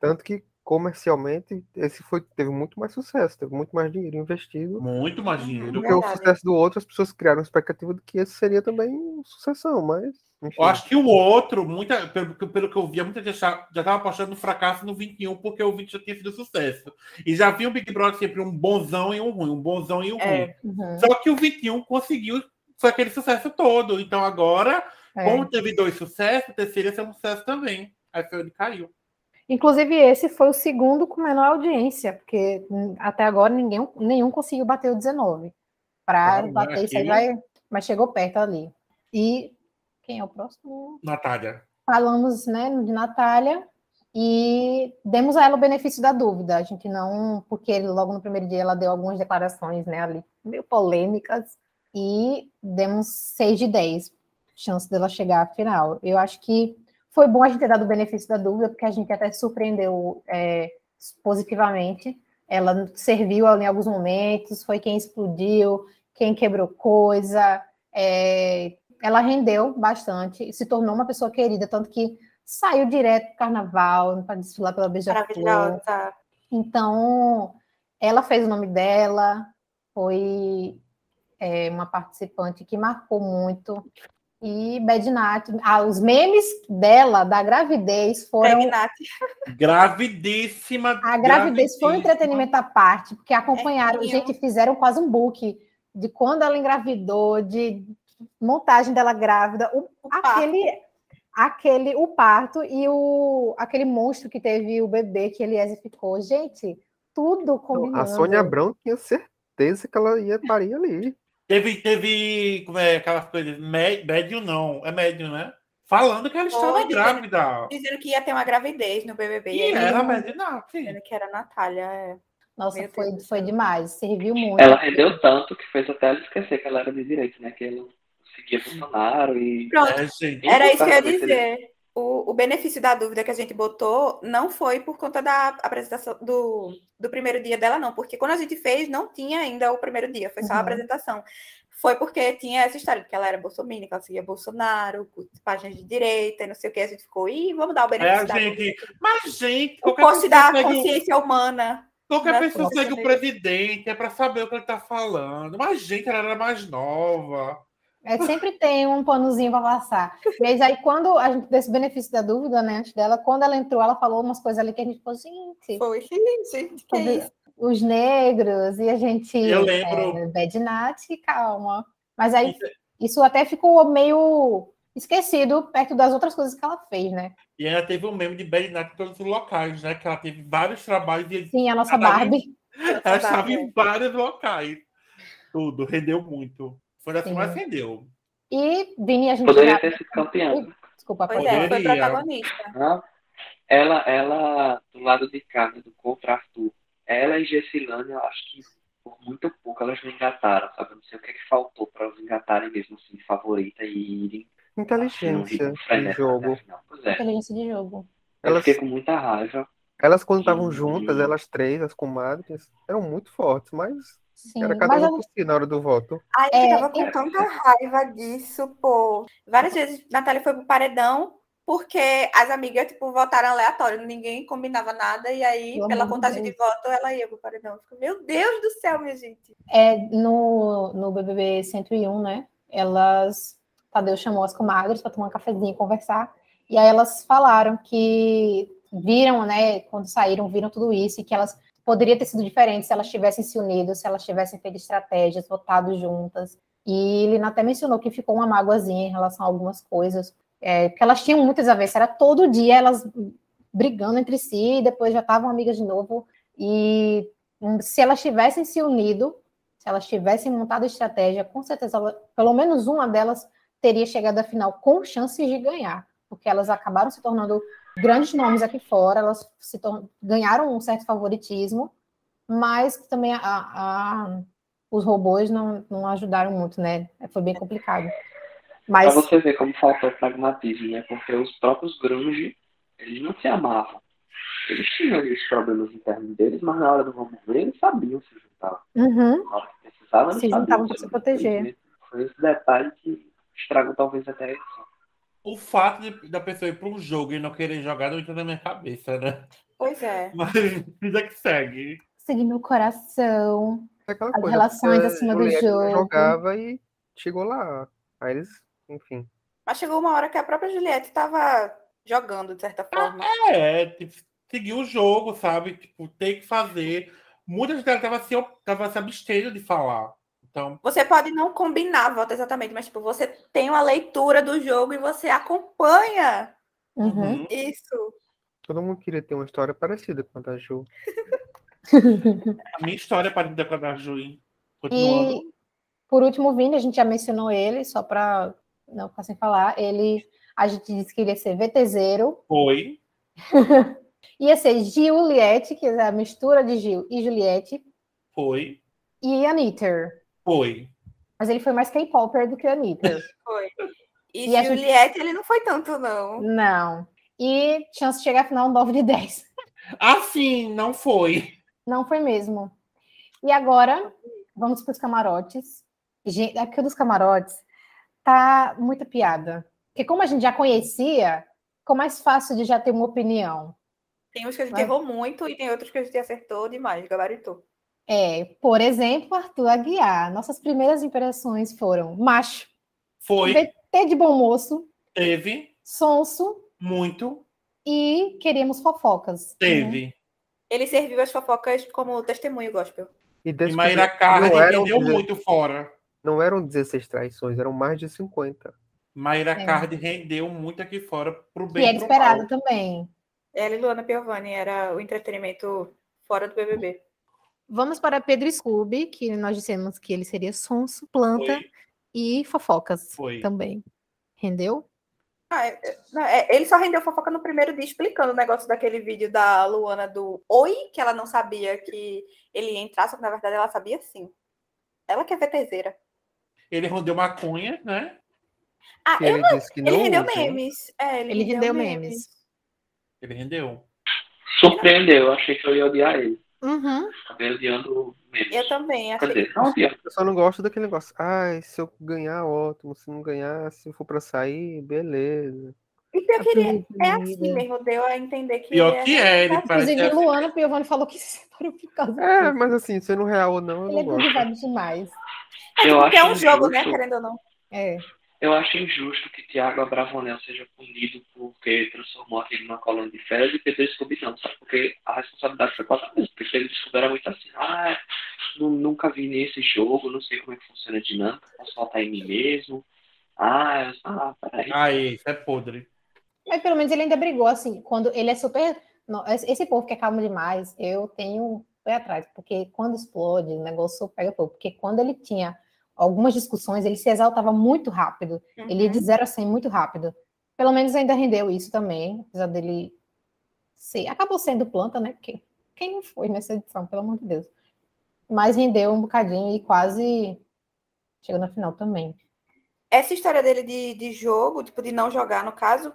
Tanto que comercialmente esse foi, teve muito mais sucesso, teve muito mais dinheiro investido.
Muito mais dinheiro.
É
Porque o
Verdade.
sucesso do outro, as pessoas criaram a expectativa de que esse seria também uma sucessão, mas. enfim.
Eu acho que o outro, muita, pelo, que- pelo que eu via, muita gente já estava apostando no fracasso no 21, porque o 20 já tinha sido sucesso. E já vinha o Big Brother sempre um bonzão e um ruim, um bonzão e um
É.
ruim.
Uhum,
Só que o 21 conseguiu foi aquele sucesso todo. Então agora,
É.
como teve dois sucessos, o terceiro ia ser um sucesso também. Aí foi onde caiu.
Inclusive, esse foi o segundo com menor audiência, porque hum, até agora ninguém, nenhum conseguiu bater o 19. Para
Claro, né?
bater isso aí
Aquilo-
vai. Mas chegou perto ali. E quem é o próximo?
Natália.
Falamos, né, de Natália e demos a ela o benefício da dúvida. A gente não, porque logo no primeiro dia ela deu algumas declarações, né, ali meio polêmicas, e demos 6 de 10 chance dela chegar à final. Eu acho que foi bom a gente ter dado o benefício da dúvida, porque a gente até surpreendeu é, positivamente. Ela serviu ela em alguns momentos, foi quem explodiu, quem quebrou coisa. é, ela rendeu bastante, e se tornou uma pessoa querida, tanto que saiu direto do carnaval para desfilar pela Beija-Flor.
Maravilhosa.
Então, ela fez o nome dela, foi é, uma participante que marcou muito. E Bad Nat, ah, os memes dela, da gravidez,
é
foram.
Pregnati.
Gravidíssima.
A gravidez foi um entretenimento à parte, porque acompanharam,
É,
gente, fizeram quase um book de quando ela engravidou, de montagem dela grávida, o,
parto.
aquele, aquele, o parto e o, aquele monstro que teve o bebê que Eliezer ficou. Gente, tudo Então, combinando.
Então, A Sônia Abrão tinha certeza que ela ia parir ali.
Teve, teve como é, aquelas coisas, mé- médium não, é médium, né? Falando que ela estava
Olha.
grávida.
Dizendo que ia ter uma gravidez no BBB.
E
aí,
era médium não, sim.
dizendo que era a Natália. é.
Nossa,
Meu
foi,
Deus do
foi
céu.
demais, serviu muito.
Ela rendeu tanto que fez até ela esquecer que ela era de direito, né? Que ela seguia Bolsonaro e.
Pronto,
É, gente.
era isso que eu ia
Exatamente,
dizer. O, o benefício da dúvida que a gente botou não foi por conta da apresentação do, do primeiro dia dela, não, porque quando a gente fez, não tinha ainda o primeiro dia, foi só a
Uhum.
apresentação. foi porque tinha essa história de que ela era bolsominion, que ela seguia Bolsonaro, curte páginas de direita e não sei o que, a gente ficou, ih, vamos dar o
É,
benefício
a
da
gente. Mas, gente,
o
qualquer
posto
pessoa,
da
segue, o-
consciência humana.
qualquer
da
pessoa
consciência
segue o
dele.
presidente, é pra saber o que ele tá falando. Mas, gente, ela era mais nova.
É, sempre tem um panozinho para passar. Mas aí, quando a gente desse benefício da dúvida, né, antes dela, quando ela entrou, ela falou umas coisas ali que a gente ficou, gente,
Foi, gente, que
é.
é
sobre
isso?
os negros, e a gente.
Eu lembro.
É, Bad Nat, calma. Mas aí, isso até ficou meio esquecido perto das outras coisas que ela fez, né?
E ela teve um meme de Bad Night em todos os locais, né? Que ela teve vários trabalhos e
Sim, a nossa
Cada um-
Barbie.
ela
Nossa,
estava
Bárbara.
em vários locais. Tudo, rendeu muito. Foi da que
Sim.
mais rendeu.
E Vini, a gente.
Poderia
já-
ter sido né? campeã.
Desculpa,
Pois
perdão.
é, foi
Poderia.
protagonista.
né? Ela, ela, do lado de cá, né, do contra Arthur, ela e Gessilane, eu acho que por muito pouco elas não engataram, sabe? Eu Não sei o que, é que faltou pra elas engatarem mesmo assim, favorita e irem assim, num
Inteligência
ritmo
de
frenético até a
jogo.
final. Pois é.
Inteligência de jogo.
é
Eu
Elas,
fiquei com muita raiva.
elas quando estavam
Sim.
juntas, elas três, as comadres, eram muito fortes, mas
Sim.
era cada
Mas
um
uma
eu-
por si na hora do voto.
Aí eu
É,
ficava com
é.
tanta raiva disso, pô. Várias vezes Natália foi pro paredão porque as amigas, tipo, votaram aleatório, ninguém combinava nada, e aí,
Pelo
pela
amor de
contagem de
Deus.
voto, ela ia pro paredão. Eu fico, meu Deus do céu, minha gente.
É, no, no BBB 101, né? Elas. Tadeu chamou as comadres para tomar um cafezinho, conversar. E aí elas falaram que viram, né? Quando saíram, viram tudo isso e que elas poderia ter sido diferente se elas tivessem se unido, se elas tivessem feito estratégias, votado juntas. E ele até mencionou que ficou uma mágoazinha em relação a algumas coisas, é, porque elas tinham muitas avessas, era todo dia elas brigando entre si, e depois já estavam amigas de novo. E hum, se elas tivessem se unido, se elas tivessem montado estratégia, com certeza, ela- pelo menos uma delas teria chegado à final com chances de ganhar, porque elas acabaram se tornando grandes nomes aqui fora, elas se tor- ganharam um certo favoritismo, mas que também a- a- os robôs não, não ajudaram muito, né? Foi bem complicado.
Pra
Mas
você ver como faltou pragmatismo, né? Porque os próprios grunge, eles não se amavam. Eles tinham ali os problemas internos deles, mas na hora do vamos ver, eles sabiam se juntar.
uhum,
Na hora que precisava, eles
Se
sabiam
juntavam pra se proteger.
Foi esse detalhe que estragou talvez até a eleição.
O fato de- da pessoa ir para um jogo e não querer jogar não entra na minha cabeça, né?
Pois é.
Mas vida que segue.
seguir meu coração.
É aquela
As
coisa,
relações
você-
acima do
mulher que
jogo.
jogava e chegou lá. Aí eles, enfim.
Mas chegou uma hora que a própria Juliette tava jogando, de certa forma.
É, tipo, seguir o jogo, sabe? Tipo, tem que fazer. Muitas delas estavam se, tava se abstendo de falar. Então,
Você pode não combinar voto exatamente, mas, tipo, você tem uma leitura do jogo e você acompanha
Uhum.
uhum.
isso.
Todo mundo queria ter uma história parecida com a da Ju.
a minha história é parecida com a da Juí. Continuando.
E por último, o Vini, a gente já mencionou ele, só para não ficar sem falar. Ele, a gente disse que ele ia ser VTZero,
Foi.
ia ser Juliette, que é a mistura de Gil e Juliette,
Foi.
e Anitter.
Foi.
Mas ele foi mais K-Popper do que Anitta.
E,
E a Ju-
Juliette, ele não foi tanto, não.
não. E chance de chegar à final 9 de 10.
Assim, não foi.
Não foi mesmo. E agora, vamos para os camarotes. Gente, aqui dos camarotes tá muita piada. Porque como a gente já conhecia, ficou mais fácil de já ter uma opinião.
Tem uns que a gente
Mas-
errou muito e tem outros que a gente acertou demais, gabaritou.
É, por exemplo, Arthur Aguiar. Nossas primeiras impressões foram macho,
Foi.
ter de bom moço,
Teve.
sonso
Muito.
e queremos fofocas. né?
Teve.
Ele serviu as fofocas como testemunho gospel.
E
E
Uhum.
descobri-
Maíra Carla
não um eram,
rendeu
deze-
muito fora.
não eram 16 traições, eram mais de 50.
Mayra
É.
Card rendeu muito aqui fora pro
Que
bem. e
era
pro
esperado
mal.
também.
Ela e Luana Piovani era o entretenimento fora do BBB.
Vamos para Pedro Scooby, que nós dissemos que ele seria sonso, planta
Foi,
e fofocas
Foi.
também. Rendeu?
Ah, é- é- não, é- ele só rendeu fofoca no primeiro dia explicando o negócio daquele vídeo da Luana do Oi, que ela não sabia que ele ia entrar, só que na verdade ela sabia sim. Ela que é VTZera.
Ele rendeu maconha, né?
Ah,
Que
eu-
ele disse que
ele
não
rendeu
usa.
memes. É, ele,
Ele rendeu memes.
Ele rendeu.
Surpreendeu, eu achei que eu ia odiar ele.
Uhum.
Abeliando menos.
Eu assim. também
Quer
achei.
dizer, não adianta.
Eu só não gosto daquele negócio. Ai, se eu ganhar, ótimo. Se não ganhar, se eu for pra sair, beleza.
E pior que ele é assim
Amiga.
mesmo, deu a entender que. assim.
Pior que é, ele parece.
Inclusive, Luana Piovani falou que se separou por causa
É,
disso.
mas assim, sendo real ou não, eu
Ele é
não gosto.
privado demais.
É,
Eu
porque é
acho
um jogo, né?
injusto.
Querendo ou não.
É.
Eu acho injusto que Tiago Abravanel seja punido porque transformou aquilo numa coluna de férias e Pedro Scooby não, sabe? Porque a responsabilidade foi quase a mesma, porque ele descobriu muito assim, ah, nu- nunca vi nesse jogo, não sei como é que funciona a dinâmica, posso votar em mim mesmo. Ah, eu- ah, peraí.
Ai, isso é podre.
Mas pelo menos ele ainda brigou, assim, quando ele é super. não, esse esse povo que é calmo demais, eu tenho um pé atrás, porque quando explode, o negócio pega fogo. Porque quando ele tinha algumas discussões, ele se exaltava muito rápido. Ele ia
Uhum.
de 0 a 100 muito rápido. Pelo menos ainda rendeu isso também, apesar dele ser. Acabou sendo planta, né? Porque quem não foi nessa edição, pelo amor de Deus. Mas rendeu um bocadinho e quase chegou na final também.
Essa história dele de, de jogo, tipo, de não jogar, no caso,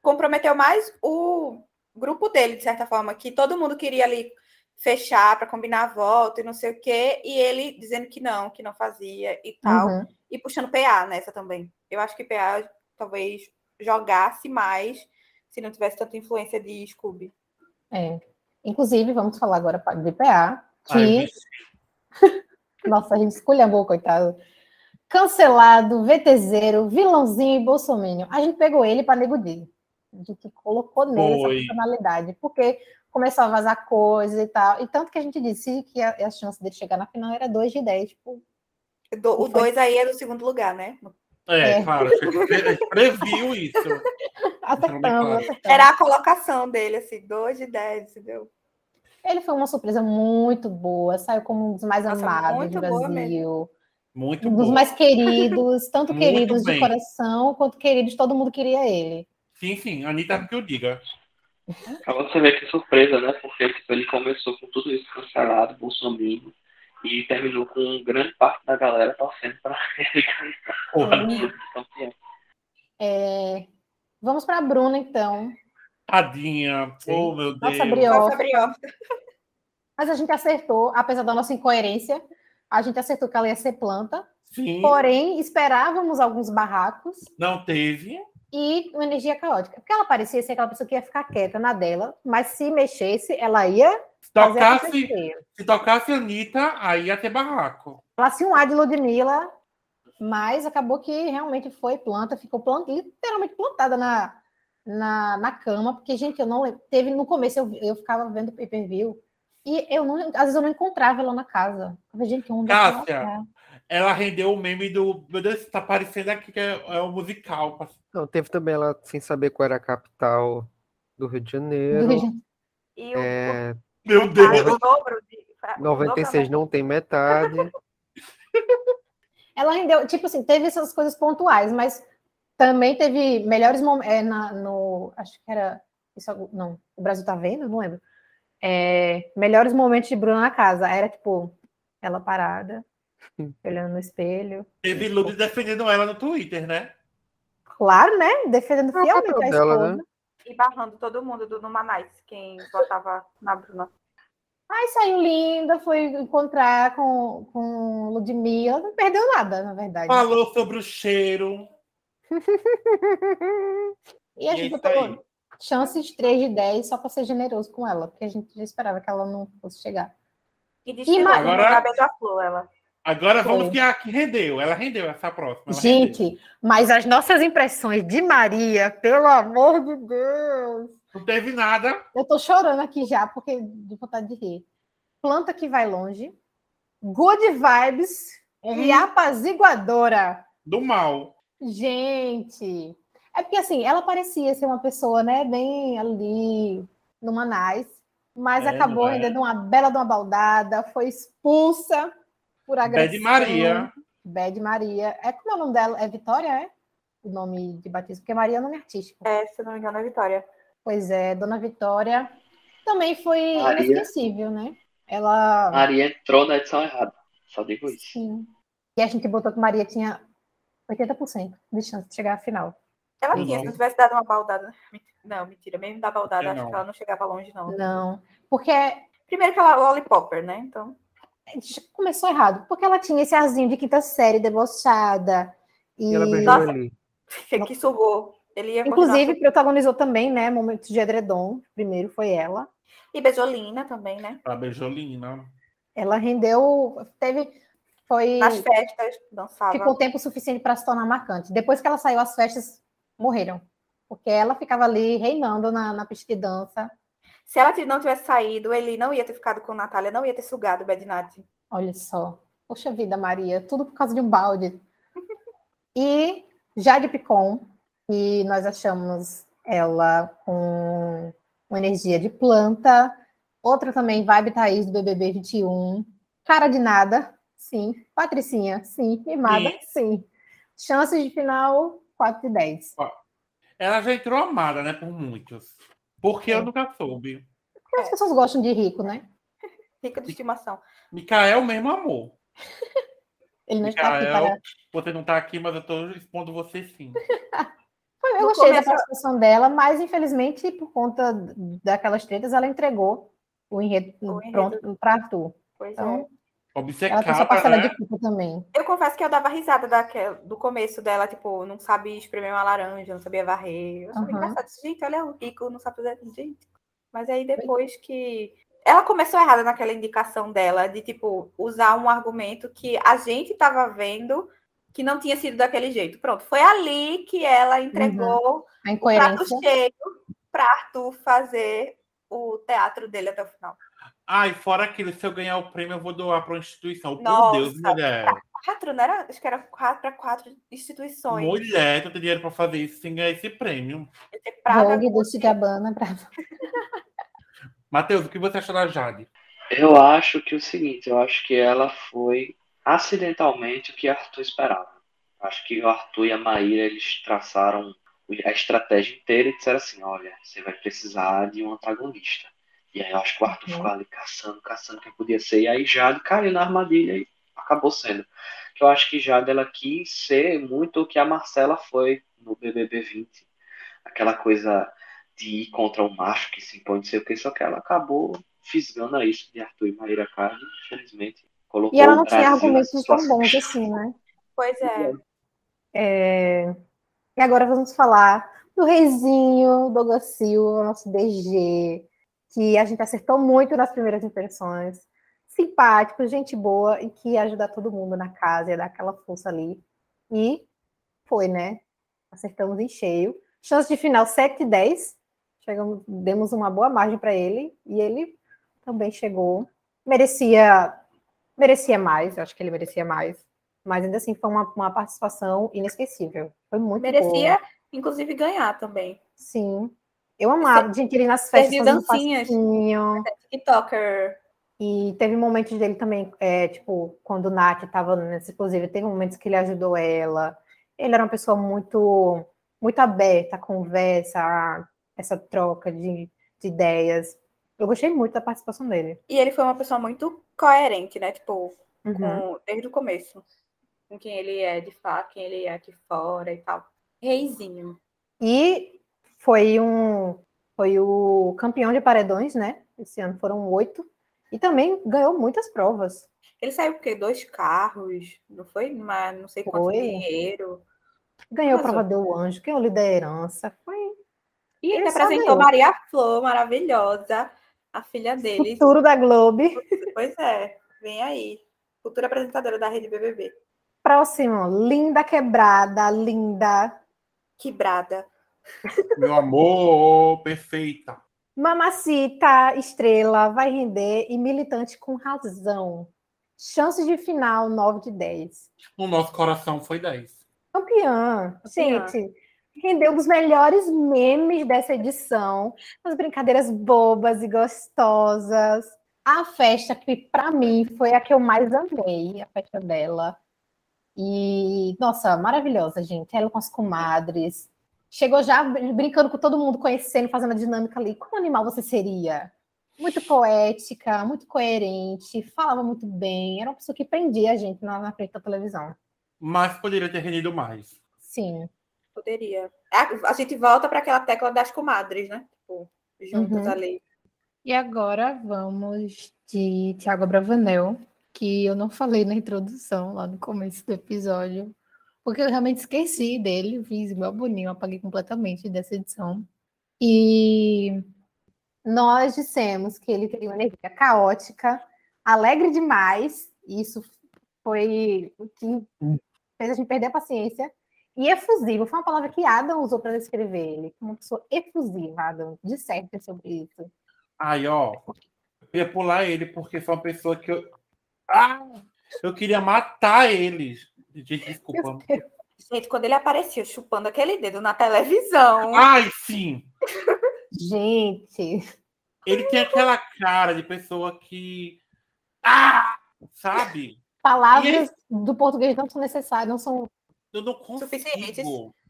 comprometeu mais o grupo dele, de certa forma, que todo mundo queria ali fechar para combinar a volta e não sei o quê, e ele dizendo que não, que não fazia e tal.
Uhum.
e puxando PA nessa também. Eu acho que PA talvez jogasse mais se não tivesse tanta influência de Scooby.
É. Inclusive, vamos falar agora pa- de PA, que,
Ai, gente,
nossa, a gente esculhambou, coitado. Cancelado, VTZero, vilãozinho e bolsominion. A gente pegou ele para Nego D. A gente colocou nele
Foi.
essa personalidade, porque começou a vazar coisa e tal. E tanto que a gente disse que a, a chance dele chegar na final era 2 de 10. Tipo,
Do- o
Foi.
2 aí é do segundo lugar, né?
É,
É.
claro, ele previu isso.
acertamos,
claro.
acertamos.
Era a colocação dele, assim, 2 de 10, entendeu?
Ele foi uma surpresa muito boa, saiu como um dos mais
Nossa,
amados
muito
do
boa mesmo.
Brasil.
Muito
Um dos
bom.
mais queridos, tanto
Muito
queridos
bem.
de coração, quanto queridos, todo mundo queria ele.
Sim, sim, Anitta que eu diga.
Pra você ver que surpresa, né? Porque tipo, ele começou com tudo isso cancelado, Bolsonaro, e terminou com grande parte da galera torcendo pra ele
Porra.
ganhar campeão.
É, Vamos para a Bruna, então.
Tadinha. Oh, meu Deus.
Nossa, Briola.
Nossa, Briola.
Mas a gente acertou, apesar da nossa incoerência, a gente acertou que ela ia ser planta.
Sim,
Porém, esperávamos alguns barracos
não teve.
e uma energia caótica. Porque ela parecia ser aquela pessoa que ia ficar quieta na dela, mas se mexesse, ela ia
Se
fazer
tocasse,
acontecer.
se tocasse Anitta, aí ia ter barraco.
Ela tinha um ar de Ludmilla, mas acabou que realmente foi planta, ficou planta, literalmente plantada na, na, na cama, porque, gente, eu não lembro. Teve no começo, eu, eu ficava vendo pay per view. E eu não, às vezes eu não encontrava ela na casa. Eu falei, gente, onde é que ela
Cássia,
tá?
Ela rendeu o meme do. Meu Deus, tá parecendo aqui que é, é um musical.
Não, teve também ela sem saber qual era a capital do Rio de
é? Do
Janeiro.
Rio de-
E o,
É,
Meu
o,
Deus.
o dobro de. o dobro,
96 não tem metade.
Ela rendeu, tipo assim, teve essas coisas pontuais, mas também teve melhores momentos. no, acho que era. Isso, algu- não, o Brasil tá vendo? Eu Não lembro. É, melhores momentos de Bruna na casa. Era tipo, ela parada, olhando no espelho.
Teve Ludo defendendo ela no Twitter, né?
Claro, né? Defendendo
É o
fielmente a
papel dela,
esposa.
né?
E barrando todo mundo do Numa Nights, quem votava na Bruna.
Aí saiu linda, foi encontrar com, com Ludmilla. Não perdeu nada, na verdade.
Falou sobre o cheiro. E
E a
é
gente
tá
isso
botou
aí.
chances 3 de 10 só para ser generoso com ela, porque a gente já esperava que ela não fosse chegar.
E destino
mas-
Agora-
na beija-flor, ela.
Agora
Foi.
vamos ver a que rendeu. Ela rendeu essa próxima. ela rendeu.
Gente, mas as nossas impressões de Maria, pelo amor de Deus!
Não teve nada.
Eu tô chorando aqui já, porque de vontade de rir. Planta que vai longe, good vibes
Uhum.
e apaziguadora.
Do mal.
Gente, é porque assim, ela parecia ser uma pessoa, né, bem ali numa nice, mas
É,
acabou
não é?
ainda numa bela de uma baldada, foi expulsa por agressão.
Bad Maria.
Bad Maria. É como é o nome dela? É Vitória, é? O nome de batismo, porque Maria é nome artístico.
É, se não me engano, é Vitória.
Pois é, Dona Vitória também foi
Maria.
inesquecível, né? Ela
Ah,
Maria entrou na edição errada. Só digo isso.
Sim. E a gente botou que Maria tinha 80% de chance de chegar à final.
Ela
Não.
tinha, se não tivesse dado uma baldada. Não, mentira, mesmo da baldada,
Eu
acho
não.
que ela não chegava longe, não.
Não, porque
Primeiro que ela é lollipopper, né? Então.
Já Começou errado, porque ela tinha esse arzinho de quinta série debochada. E,
E ela beijou
Nossa.
ele.
que surrou. Ele ia continuar
inclusive, protagonizou também, né? Momentos de edredom. Primeiro foi ela.
E Bejolina também, né?
A Bejolina.
Ela rendeu. Teve. Foi.
Nas festas, dançava.
ficou tempo suficiente para se tornar marcante. Depois que ela saiu, as festas morreram. Porque ela ficava ali reinando na, na pista de dança.
Se ela t- não tivesse saído, ele não ia ter ficado com Natália, não ia ter sugado o Bad Nat.
Olha só. Poxa vida, Maria. Tudo por causa de um balde. E Jade Picon, que nós achamos ela com uma energia de planta. Outra também, Vibe Thaís, do BBB 21. Cara de nada, sim. Patricinha, sim. Mimada, sim. Chances de final, 4 de 10.
Ela já entrou amada, né? Por muitos. Porque
É.
eu nunca soube.
As pessoas gostam de rico, né?
Rica de estimação.
Micael mesmo amor.
Ele não está aqui
Micael,
para.
você não tá aqui, mas eu tô expondo você sim.
Foi- Eu
No
gostei da
começo-
participação dela, mas infelizmente, por conta daquelas tretas, ela entregou o enredo,
O enredo.
pronto para Arthur.
Pois
Então, ela tem sua
Obcecada,
parcela
né?
de culpa também.
é. Eu confesso que eu dava risada daquela, do começo dela, tipo, não sabia espremer uma laranja, não sabia varrer. Eu achava
Aham.
engraçado. Gente, olha o rico, não sabe fazer. Gente. Mas aí depois que. Ela começou errada naquela indicação dela, de, tipo, usar um argumento que a gente tava vendo que não tinha sido daquele jeito. Pronto, foi ali que ela entregou
A
prato
incoerência.
cheio para Arthur fazer o teatro dele até o final.
Ai, fora aquilo, se eu ganhar o prêmio, eu vou doar pra uma instituição. Por
Nossa.
Deus, mulher.
Quatro, não era? Acho que era quatro para quatro instituições.
Mulher, tu tem dinheiro pra fazer isso sem ganhar esse prêmio.
Ia ter Prada,
Vogue,
Gucci.
Dolce Gabbana, pra...
Matheus, o que você acha da Jade?
Eu acho que é o seguinte, eu acho que ela foi acidentalmente o que Arthur esperava. Acho que o Arthur e a Maíra, eles traçaram a estratégia inteira e disseram assim, olha, você vai precisar de um antagonista. E aí eu acho que o Arthur
Uhum.
ficou ali caçando, caçando quem podia ser, e aí Jade caiu na armadilha e acabou sendo. Que eu acho que Jade, ela quis ser muito o que a Marcela foi no BBB 20. Aquela coisa de ir contra o macho que se impõe, não sei o que, só que ela acabou fisgando a isso de Arthur e Maíra Cardi, infelizmente.
É
Colocou
E ela
o
não tinha
Brasil
argumentos
nessa
tão
situação.
bons assim, né?
Pois é.
É, E agora vamos falar do Reizinho, Douglas Silva, nosso DG, que a gente acertou muito nas primeiras impressões. Simpático, gente boa e que ia ajudar todo mundo na casa, ia dar aquela força ali. E foi, né? Acertamos em cheio. Chance de final 7 e 10. Chegamos, demos uma boa margem para ele e ele também chegou. Merecia, merecia mais, eu acho que ele merecia mais. Mas ainda assim foi uma, uma participação inesquecível. Foi muito boa.
Merecia, inclusive, ganhar também.
Sim. Eu amava. Gente, ele nas festas
Serviu
fazendo
dancinhas.
passinho.
TikToker.
E teve momentos dele também, é, tipo, quando o Nath estava nessa exclusiva, teve momentos que ele ajudou ela. Ele era uma pessoa muito, muito aberta à conversa, a essa troca de, de ideias. Eu gostei muito da participação dele.
E ele foi uma pessoa muito coerente, né? Tipo, com-
Uhum.
desde o começo. Com quem ele é de fato, quem ele é aqui fora e tal. Reizinho.
E foi um foi o campeão de paredões, né? Esse ano foram oito. E também ganhou muitas provas.
Ele saiu porque dois carros, não foi? Mas não sei quanto
Foi.
dinheiro.
Ganhou a
Arrasou.
prova do anjo, ganhou liderança. Foi
E ele
Ele só
apresentou
ganhou.
Maria Flor, maravilhosa, a filha dele.
futuro da Globo.
pois é, vem aí. Futura apresentadora da Rede BBB.
Próximo, linda quebrada, linda.
Quebrada.
Meu amor, perfeita.
Mamacita, estrela, vai render e militante com razão. Chances de final, 9 de 10.
No nosso coração foi 10.
Campeã.
Campeã.
Gente, rendeu um dos melhores memes dessa edição. As brincadeiras bobas e gostosas. A festa que, pra mim, foi a que eu mais amei, a festa dela. E, nossa, maravilhosa, gente. Ela com as comadres. Chegou já br- brincando com todo mundo, conhecendo, fazendo a dinâmica ali. Como animal você seria? Muito poética, muito coerente, falava muito bem. Era uma pessoa que prendia a gente na, na frente da televisão.
Mas poderia ter rendido mais.
Sim.
É Poderia. A, a gente volta para aquela tecla das comadres, né? Tipo, juntas
Uhum.
ali.
E agora vamos de Tiago Bravanel, que eu não falei na introdução, lá no começo do episódio, porque eu realmente esqueci dele, fiz igual boninho, apaguei completamente dessa edição. E nós dissemos que ele teria uma energia caótica, alegre demais, e isso foi o que fez a gente perder a paciência. E efusivo foi uma palavra que Adam usou para descrever ele, uma pessoa efusiva, Adam, disserte sobre isso.
Aí, ó, eu ia pular ele porque foi uma pessoa que eu. Ah! Eu queria matar ele. Gente, desculpa.
Gente, quando ele apareceu chupando aquele dedo na televisão.
Ai, sim!
Gente,
Ele tem aquela cara de pessoa que. Ah! Sabe?
palavras do português não são necessárias, não são
Eu não consigo.
Suficientes.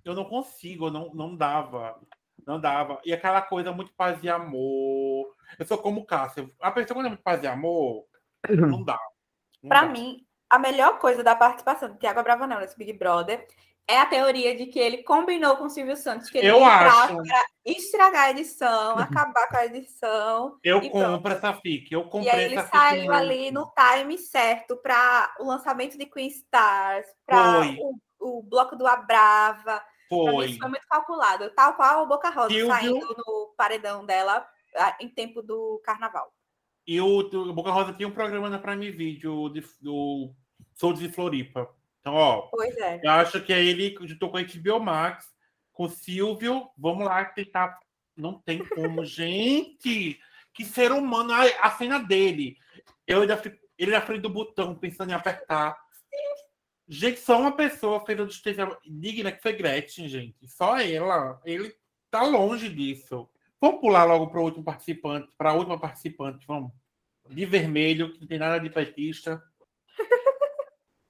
Eu não consigo, eu não, não dava. Não dava. E aquela coisa muito paz e amor. Eu sou como o Cássio. A pessoa quando é muito paz e amor, não dá. Não
Pra
dá.
mim, a melhor coisa da participação do Thiago Bravanel nesse Big Brother é a teoria de que ele combinou com o Silvio Santos que ele
Eu
ia entrar
acho. Uhum.
pra estragar a edição, acabar com a edição.
Eu
E pronto.
compro essa fic. Eu
E
comprei
aí ele
essa fic.
saiu
no-
ali no time certo para o lançamento de Queen Stars, para
Foi.
o, o bloco do Abrava. Pra mim,
Foi.
isso foi muito calculado. Tal qual a Boca Rosa
Silvio.
saindo no paredão dela ah, em tempo do carnaval.
E o, o Boca Rosa tinha um programa na Prime Video de, do Sou de Floripa. Então, ó,
Pois é.
Eu acho que aí ele juntou com a HBO Max, com o Silvio. Vamos lá tentar. Não tem como, gente! Que ser humano! Ai, A, cena dele. Eu ainda fico- ele na frente do botão, pensando em apertar. Gente, só uma pessoa fez a justiça digna, que foi Gretchen, gente. Só ela. Ele tá longe disso. Vamos pular logo para o último participante, para a última participante, vamos. De vermelho, que não tem nada de petista.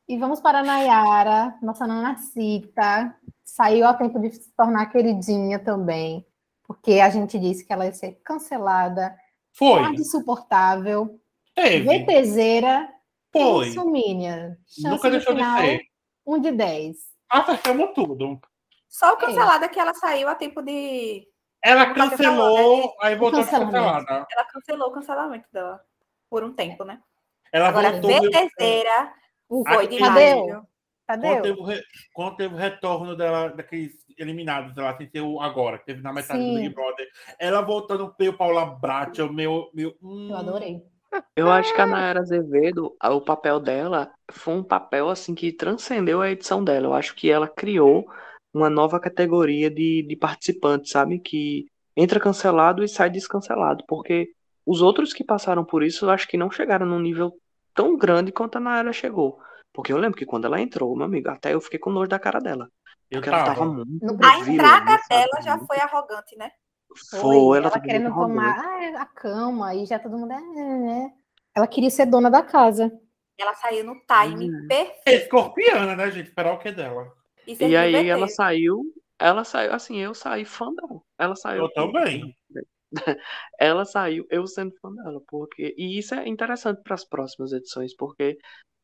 E vamos para a Nayara, nossa nanacita. Saiu a tempo de se tornar queridinha também, porque a gente disse que ela ia ser cancelada,
Foi.
tarde insuportável,
Teve.
VPZera
Foi.
e sumínia. Chance
Nunca deixou de
final,
ser.
Um de 10.
Acertamos tudo.
Só o cancelada que ela saiu a tempo de.
Ela
Como tá
cancelou, aí voltou a ser
cancelamento.
cancelada.
Ela cancelou o cancelamento dela. Por um tempo, né?
Ela
Agora,
voltou. e-
VTZera foi
Aqui-
demais.
Cadê o-
viu?
Quando
Cadê?
teve, o re- quando teve o retorno dela, daqueles eliminados, ela sem ser o agora, que teve na metade do
Sim.
Big Brother. Ela voltando meio Paula Brat, eu meu. meu hum,
Eu adorei.
Eu acho
Ah.
que a Nayara Azevedo, a- o papel dela foi um papel assim que transcendeu a edição dela. Eu acho que ela criou uma nova categoria de, de participantes, sabe? Que entra cancelado e sai descancelado. Porque os outros que passaram por isso, eu acho que não chegaram num nível tão grande quanto a Nayara chegou. Porque eu lembro que quando ela entrou, meu amigo, até eu fiquei com nojo da cara dela.
Eu
Porque ela tava
tava.
muito
No-
A
virulenta,
entrada
sabe?
dela já foi arrogante, né?
Foi,
Foi,
ela
ela
tava
querendo
muito arrogante.
tomar ah, a cama e já todo mundo. é, né? Ela queria ser dona da casa.
Ela saiu no time perfeito.
Escorpiana, né, gente? Esperar o que dela?
E se
E aí
diverteu.
ela saiu, ela saiu, assim, eu saí fã dela. Ela saiu.
Eu também.
Ela saiu, eu sendo fã dela, porque. E isso é interessante para as próximas edições, porque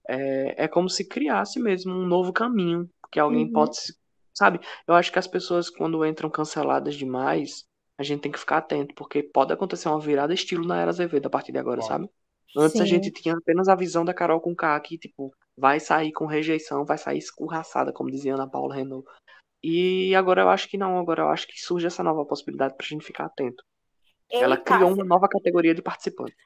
é, é como se criasse mesmo um novo caminho que alguém
Uhum.
pode se. Sabe? Eu acho que as pessoas, quando entram canceladas demais, a gente tem que ficar atento, porque pode acontecer uma virada estilo na Era Azevedo a partir de agora,
Pode.
sabe? Antes a
Sim.
gente tinha apenas a visão da Carol com K, que, tipo, vai sair com rejeição, vai sair escorraçada, como dizia Ana Paula Renault. E agora eu acho que não, agora eu acho que surge essa nova possibilidade pra gente ficar atento.
Eu
Ela
e
criou um
Cássia-
uma nova categoria de participantes.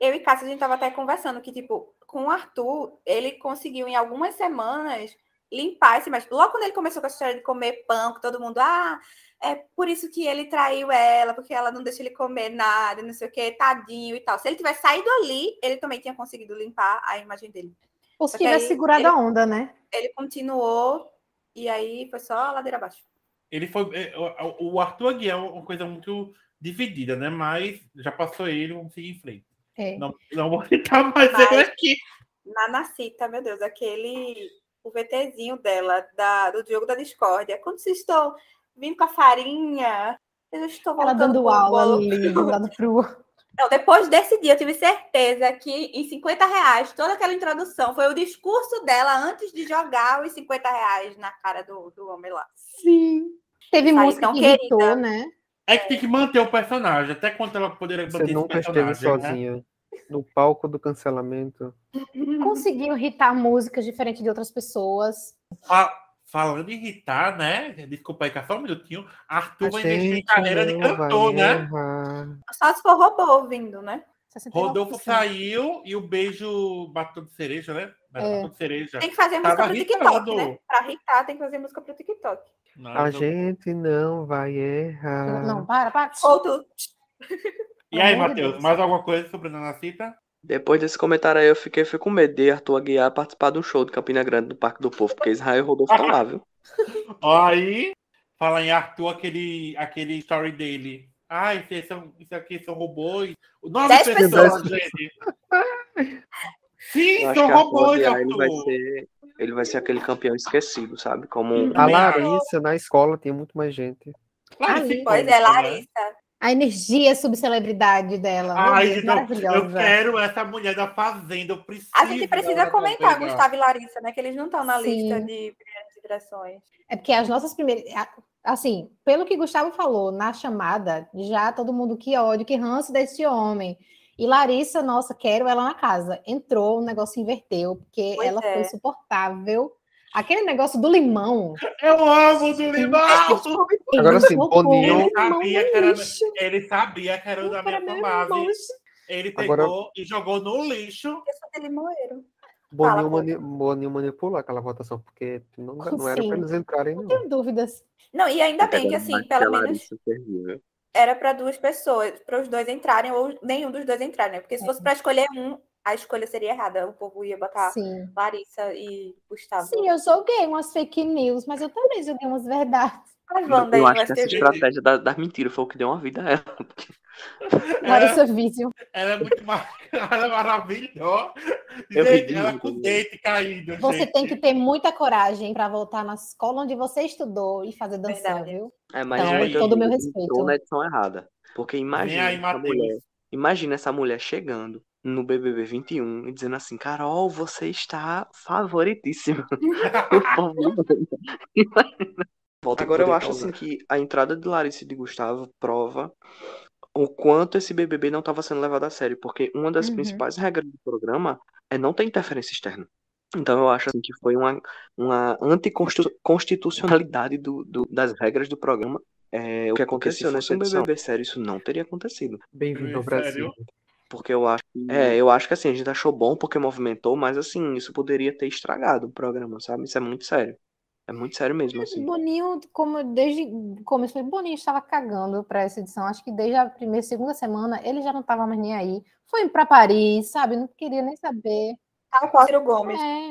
Eu e Cássio, a gente tava até conversando que, tipo, com o Arthur, ele conseguiu em algumas semanas limpar esse mas Logo quando ele começou com a história de comer pão, que todo mundo, ah, é por isso que ele traiu ela, porque ela não deixa ele comer nada, não sei o que, tadinho e tal. Se ele tivesse saído ali, ele também tinha conseguido limpar a imagem dele.
Ou se
Só que
tivesse
aí
segurado
ele-
a é onda, né?
Ele continuou e aí foi só ladeira abaixo.
Ele foi. é, o- O Arthur Aguiar é uma coisa muito dividida, né? Mas já passou ele, vamos seguir em frente.
É.
Não, não vou tentar mais
Mas-
ele aqui.
Na Nacita, meu Deus, aquele o VTzinho dela, da, do Diogo da Discórdia. Quando vocês estão vindo com a farinha, eu estou
Ela
voltando
dando
com o
aula
bolo.
ali, dando pro.
Não, depois desse dia, eu tive certeza que em 50 reais, toda aquela introdução foi o discurso dela antes de jogar os 50 reais na cara do, do homem lá.
Sim. Teve
Saiu
música
tão
que irritou,
querida.
né?
É que tem que manter o personagem, até quando ela poderá manter
Você
esse
nunca esteve
personagem. né?
sozinha. No palco do cancelamento.
Uhum.
Conseguiu irritar músicas diferentes de outras pessoas.
Fa- Falando em irritar, né? Desculpa aí, que é só um minutinho. Arthur vai investir em
gente
carreira de
não
cantor,
vai
né?
errar.
Só se for robô ouvindo, né?
69%.
Rodolfo saiu e o beijo bateu de cereja, né?
É.
Bateu de cereja.
Tem que fazer
Tava
música pro TikTok,
irritado.
né? Pra irritar, tem que fazer música pro TikTok.
Ah, Não,
A
não-
gente não vai errar.
Não, para, para.
Ou tu
E aí,
Pelo amor de
Matheus,
Deus.
mais alguma coisa sobre a Nanacita?
Depois desse comentário aí, eu fiquei fui com medo de Arthur Aguiar participar do show de Campina Grande do Parque do Povo, porque Israel e Rodolfo estão lá, viu?
Ó, Aí, fala em Arthur, aquele, aquele story dele. Ah, isso, são, isso aqui são robôs. Nove
Dez
pessoas,
pessoas.
gente. Sim,
Eu acho
são
que Arthur
robôs,
Aguiar ele vai
Arthur.
ser, ele vai ser aquele campeão esquecido, sabe?
Hum.
Como
A
Também acho.
Larissa na escola tinha muito mais gente.
Larissa
Ai,
Pois
Hipólita, né?
é, Larissa.
A energia subcelebridade dela. Meu
Ai,
Deus,
gente, eu, eu
maravilhosa.
quero essa mulher da Fazenda, eu preciso.
A gente precisa
dela na
comentar
Fazenda.
Gustavo e Larissa, né? Que eles não estão na
Sim.
lista de primeiras vibrações.
É porque as nossas primeiras. a- Assim, pelo que Gustavo falou na chamada, já todo mundo que ódio, que ranço desse homem. E Larissa, nossa, quero ela na casa. Entrou, o negócio inverteu, porque
Pois
ela
é.
foi insuportável. Aquele negócio do limão.
Eu amo do limão!
Agora
Ele
sim, Tá,
botou
Boninho-
o
Ele sabia
limão
que era-
no lixo.
Ele sabia que era o da
Cara,
minha
meu
base.
irmão,
Ele pegou
Agora-
e jogou no lixo.
Eu sou de limoeiro.
Boninho,
Fala,
mani Boninho manipulou aquela votação, porque não, não era
Sim.
pra eles entrarem, não.
Não tenho dúvidas.
Não, e ainda bem que, assim, pelo menos
Larissa terrível.
era para duas pessoas, para os dois entrarem, ou nenhum dos dois entrar, né?
É.
Porque se fosse para escolher um, a escolha seria errada. O povo ia botar
Sim.
Larissa e Gustavo.
Sim, eu joguei umas fake news, mas eu também joguei umas verdades.
a Wanda aí
eu
no
acho que essa
STV.
estratégia da- das mentiras foi o que deu uma vida a ela.
Ela,
Larissa Vício.
ela é muito mar... ela é maravilhosa.
Eu
Gente,
vi
ela
isso,
com o
né?
dente caído.
Você
gente.
tem que ter muita coragem para voltar na escola onde você estudou e fazer dança,
Verdade.
viu?
É, mas
Então,
eu
com
tô
todo o meu respeito.
Entrou na edição errada. Porque
Vem
imagina
aí,
essa
Matheus.
mulher, imagina essa mulher chegando no BBB 21 e dizendo assim, Carol, você está favoritíssima. O povo- Volta Agora eu acho assim que a entrada de Larissa e de Gustavo prova o quanto esse BBB não estava sendo levado a sério, porque uma das
Uhum.
principais regras do programa é não ter interferência externa. Então eu acho assim, que foi uma, uma anticonstitucionalidade do, do- das regras do programa. É, o que aconteceu
se
nesse
fosse
um
edição.
BBB sério, isso não teria acontecido.
Bem-vindo ao
Sério?
Brasil.
Porque eu acho, é, eu acho que assim, a gente achou bom porque movimentou, mas assim, isso poderia ter estragado o programa, sabe? Isso é muito sério. É muito sério mesmo, assim.
Boninho, como desde o começo, Boninho estava cagando para essa edição. Acho que desde a primeira, segunda semana, ele já não estava mais nem aí. Foi para Paris, sabe? Não queria nem saber.
Tal qual Ciro Ah, Gomes.
É,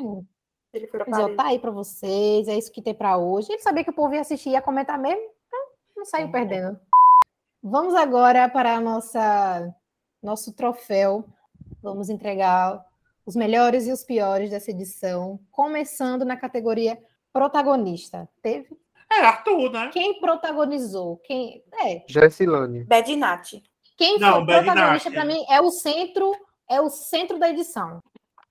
Ele foi pra
mas, ó,
Paris.
tá aí para vocês, é isso que tem para hoje. Ele sabia que o povo ia assistir, ia comentar mesmo, então não saiu
Uhum.
perdendo. Vamos agora para a nossa nosso troféu. Vamos entregar os melhores e os piores dessa edição, começando na categoria protagonista. Teve
É Arthur, né?
quem protagonizou? Quem é?
Jessilane.
Bad Nat.
Quem
Não,
foi
Bad
protagonista
Nat.
para mim é o centro, é o centro da edição.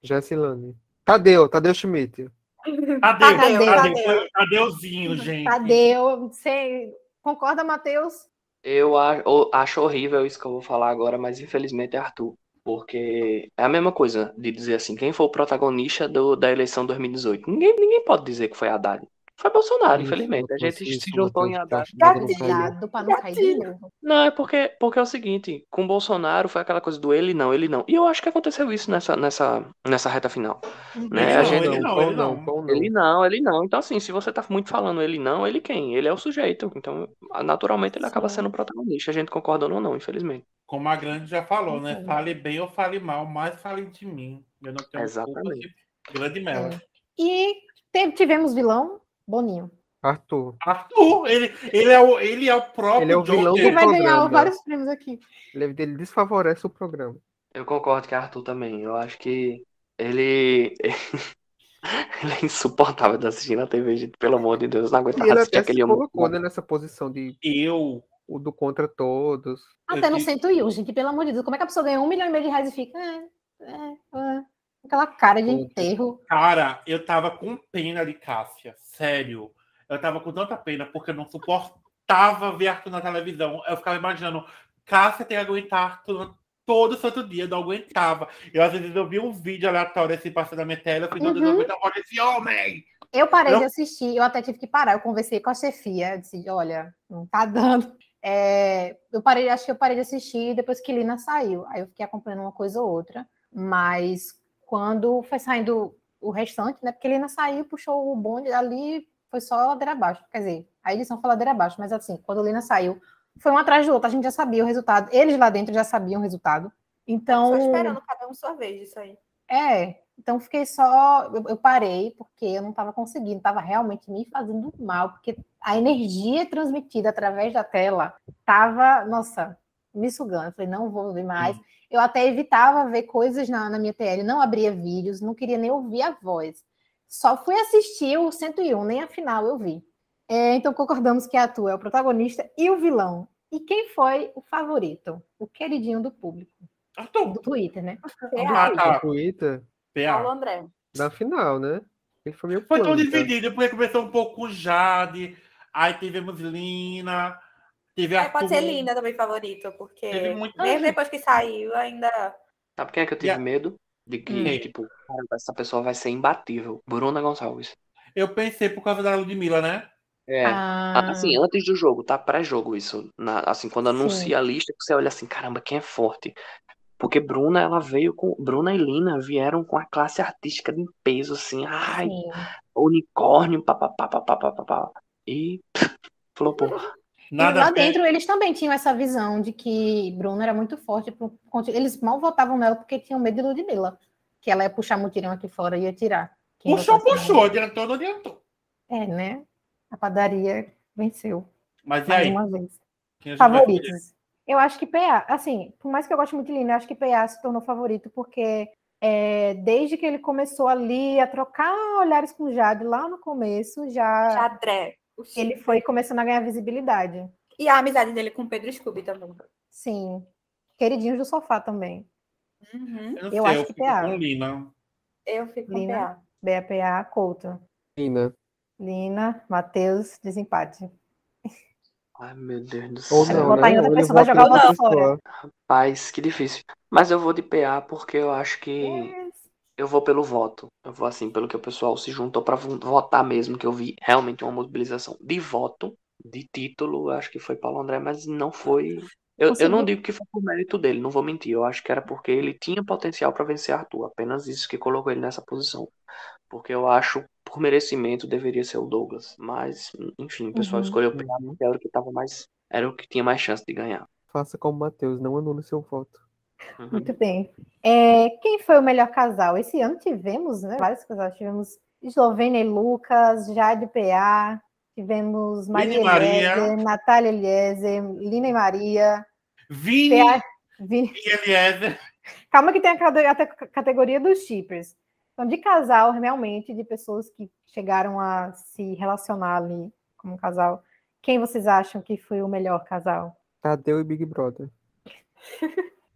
Jessilane. Tadeu, Tadeu Schmidt.
Adeus,
Tadeu,
adeus,
Tadeu.
adeusinho, gente.
Tadeu, você concorda, Matheus?
Eu a- o- acho horrível isso que eu vou falar agora, mas infelizmente é Arthur. Porque é a mesma coisa de dizer assim, quem foi o protagonista do- da eleição 2018? Ninguém, ninguém pode dizer que foi Haddad. Foi Bolsonaro,
Isso,
Ah, infelizmente. A gente
isso,
se juntou em
Matheus,
Haddad.
tá achando que eu
Gatilho.
não sabia.
Cuidado para não cair de novo.
Não, é porque, porque é o seguinte, com Bolsonaro foi aquela coisa do ele não, ele não. E eu acho que aconteceu isso nessa, nessa, nessa reta final. Né,
Ele
a
não,
gente-
ele não, ele não.
Pão não.
Ele não, ele não. Então, assim, se você tá muito falando ele não, ele quem? Ele é o sujeito. Então, naturalmente, ele acaba
Sim.
sendo o protagonista, a gente concordando ou não, infelizmente.
Como a grande já falou, né?
Entendi.
Fale bem ou fale mal, mas fale de mim. Eu não tenho culpa
Exatamente.
de grande mela.
É. E te- tivemos vilão, Boninho.
Arthur.
Arthur, ele, ele, é o, ele é o próprio
Ele é o
Joker.
vilão do
Ele vai ganhar
programa.
vários prêmios aqui.
Ele, ele desfavorece o programa.
Eu concordo que é Arthur também. Eu acho que ele. Ele é insuportável de assistir na TV, gente. Pelo amor de Deus,
E
não aguentava
ele
assistir
até se
aquele homem.
colocou né, nessa posição de
Eu.
o do contra todos.
Até
Eu
no
vi-
101, gente, pelo amor de Deus. Como é que a pessoa ganha um milhão e meio de reais e fica. "Ah, ah, ah", aquela cara de
Puta.
enterro.
Cara, eu tava com pena de Cássia, sério. Eu tava com tanta pena porque eu não suportava aguentava ver Arthur na televisão. Eu ficava imaginando, Cássia tem que aguentar Arthur todo santo dia, não aguentava. Eu às vezes eu vi um vídeo aleatório assim passando na minha tela, eu falei, meu Deus,
Uhum.
não aguentava olha esse homem!
Eu parei
Não.
de assistir, eu até tive que parar. Eu conversei com a chefia, eu disse, olha, não tá dando. É, eu parei, acho que eu parei de assistir depois que Lina saiu. Aí eu fiquei acompanhando uma coisa ou outra, mas quando foi saindo o restante, né? Porque Lina saiu, puxou o bonde ali, foi só ladeira abaixo. Quer dizer, a edição foi ladeira abaixo, mas assim, quando Lina saiu, foi um atrás do outro, a gente já sabia o resultado. Eles lá dentro já sabiam o resultado. Então,
Só esperando cada um sua vez disso aí.
é, então fiquei só. Eu, eu parei porque eu não estava conseguindo, estava realmente me fazendo mal, porque a energia transmitida através da tela estava, nossa, me sugando. Eu falei, não vou ver mais.
Hum.
Eu até evitava ver coisas na, na minha TL, não abria vídeos, não queria nem ouvir a voz. Só fui assistir o 101, nem a final eu vi. É, então concordamos que a tua é o protagonista e o vilão. E quem foi o favorito? O queridinho do público,
Arthur,
do Twitter, né?
É,
ah, tá,
Twitter,
Paulo
PA.
André.
na final, né? Ele foi meio né?
Foi tão
planta.
dividido, porque começou um pouco com Jade, aí tivemos Lina, teve
Aí
Arthur.
pode ser É Linda também favorito, porque
Teve um muita
mesmo
gente.
depois que saiu, ainda
Sabe quem é que eu tive
Yeah.
medo? De que,
Hum.
tipo, cara, essa pessoa vai ser imbatível. Bruna Gonçalves.
Eu pensei por causa da Ludmilla, né?
É.
Ah,
Assim, antes do jogo, tá? Pré-jogo isso. Na- assim, quando anuncia a lista, você olha assim, caramba, quem é forte? Porque Bruna, ela veio com. Bruna e Lina vieram com a classe artística de peso, assim, ai,
sim.
unicórnio, papapá, papapá, papapá. E flopou.
e
Nada
lá dentro eles também tinham essa visão de que Bruno era muito forte. pro- Eles mal votavam nela porque tinham medo de Ludmilla, que ela ia puxar mutirão aqui fora e ia tirar. Quem
Puxou,
votasse
puxou, adiantou, não adiantou.
nela. É, né? A padaria venceu
Mas e
mais
aí?
uma vez.
Quem é a gente vai escolher?
favoritos. Eu acho que PA, assim, por mais que eu goste muito de Lina, eu acho que PA se tornou favorito porque é, desde que ele começou ali a trocar olhares com Jade lá no começo, já,
Jadré. o Chico.
Ah. ele foi começando a ganhar visibilidade.
E a amizade dele com o Pedro Scooby também.
Sim. Queridinhos do sofá também.
Uhum.
Eu, não
Eu
sei,
acho
eu
que
fico
PA.
com Lina.
Eu fico com
Lina?
PA.
BAPA, Couto.
Lina.
Lina, Matheus, desempate.
Ai, meu Deus do
Ou
Aí
céu.
não,
vou
né?
botar em outra
Ou ele
pessoa, vai
vota
jogar
em outra
o nosso
pessoa.
Rapaz, que difícil. Mas eu vou de PA porque eu acho
É.
que eu vou pelo voto. Eu vou assim, pelo que o pessoal se juntou pra vo- votar mesmo, que eu vi realmente uma mobilização de voto, de título, eu acho que foi Paulo André, mas não foi. Eu, eu não
Conseguiu.
digo que foi por mérito dele, não vou mentir. Eu acho que era porque ele tinha potencial pra vencer Arthur. Apenas isso que colocou ele nessa posição. Porque eu acho, por merecimento, deveria ser o Douglas. Mas, enfim, o pessoal
Uhum.
escolheu o PA
Uhum.
porque era o que tava mais. Era o que tinha mais chance de ganhar.
Faça como Matheus, não anule seu voto.
Uhum.
Muito bem. É, quem foi o melhor casal? Esse ano tivemos, né? Vários casais. Tivemos Eslovênia e Lucas, Jade PA, tivemos Maria,
e Maria.
Eliezer, Natália Eliezer, Lina e Maria,
Vini
PA, Vini.
e Eliezer.
Calma que tem a cate- a te- categoria dos shippers. Então, de casal, realmente, de pessoas que chegaram a se relacionar ali como casal, quem vocês acham que foi o melhor casal?
Tadeu e Big Brother.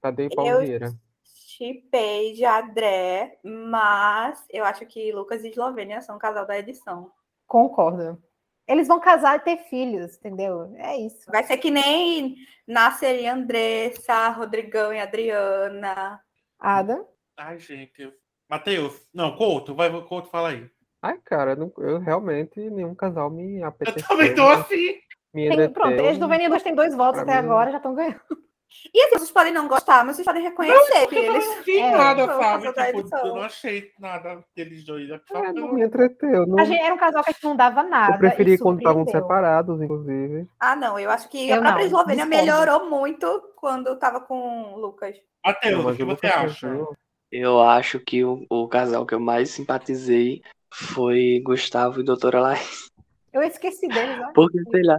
Tadeu e Paulo
Eu-
Vieira.
Chipei Jadré, mas eu acho que Lucas e Eslovênia são o casal da edição.
Concordo. Eles vão casar e ter filhos, entendeu? É isso.
Vai ser que nem Nasser e Andressa, Rodrigão e Adriana.
Ada?
Ai, gente. eu- Matheus. Não, Couto. Vai, Couto, fala aí.
Ai, cara, não- eu realmente nenhum casal me
Eu
apeteceu. né?
também tô assim.
Me
Tem, pronto, eles do
entreteu.
Venidos têm dois votos
é pra
até
mim-
agora, já estão ganhando.
E assim, vocês podem não gostar, mas vocês podem reconhecer que
Eu
eles.
não vi
É,
nada,
são
sabe?
casais
Tipo,
de são.
eu não achei nada deles dois. né? Eu só-
É, não me entreteu. Não...
A gente- era um casal que a gente não dava nada.
Eu preferi
e
quando estavam
surpreendeu.
separados, inclusive.
Ah, não, eu acho que
Eu
a própria
não,
Eslovênia
discordo.
melhorou muito quando tava com o Lucas.
Não,
Matheus,
mas
o que
eu um
você
nunca
acha?
senti.
Eu acho que o, o casal que eu mais simpatizei foi Gustavo e Doutora Laís.
Eu esqueci deles, né?
Porque, sei lá,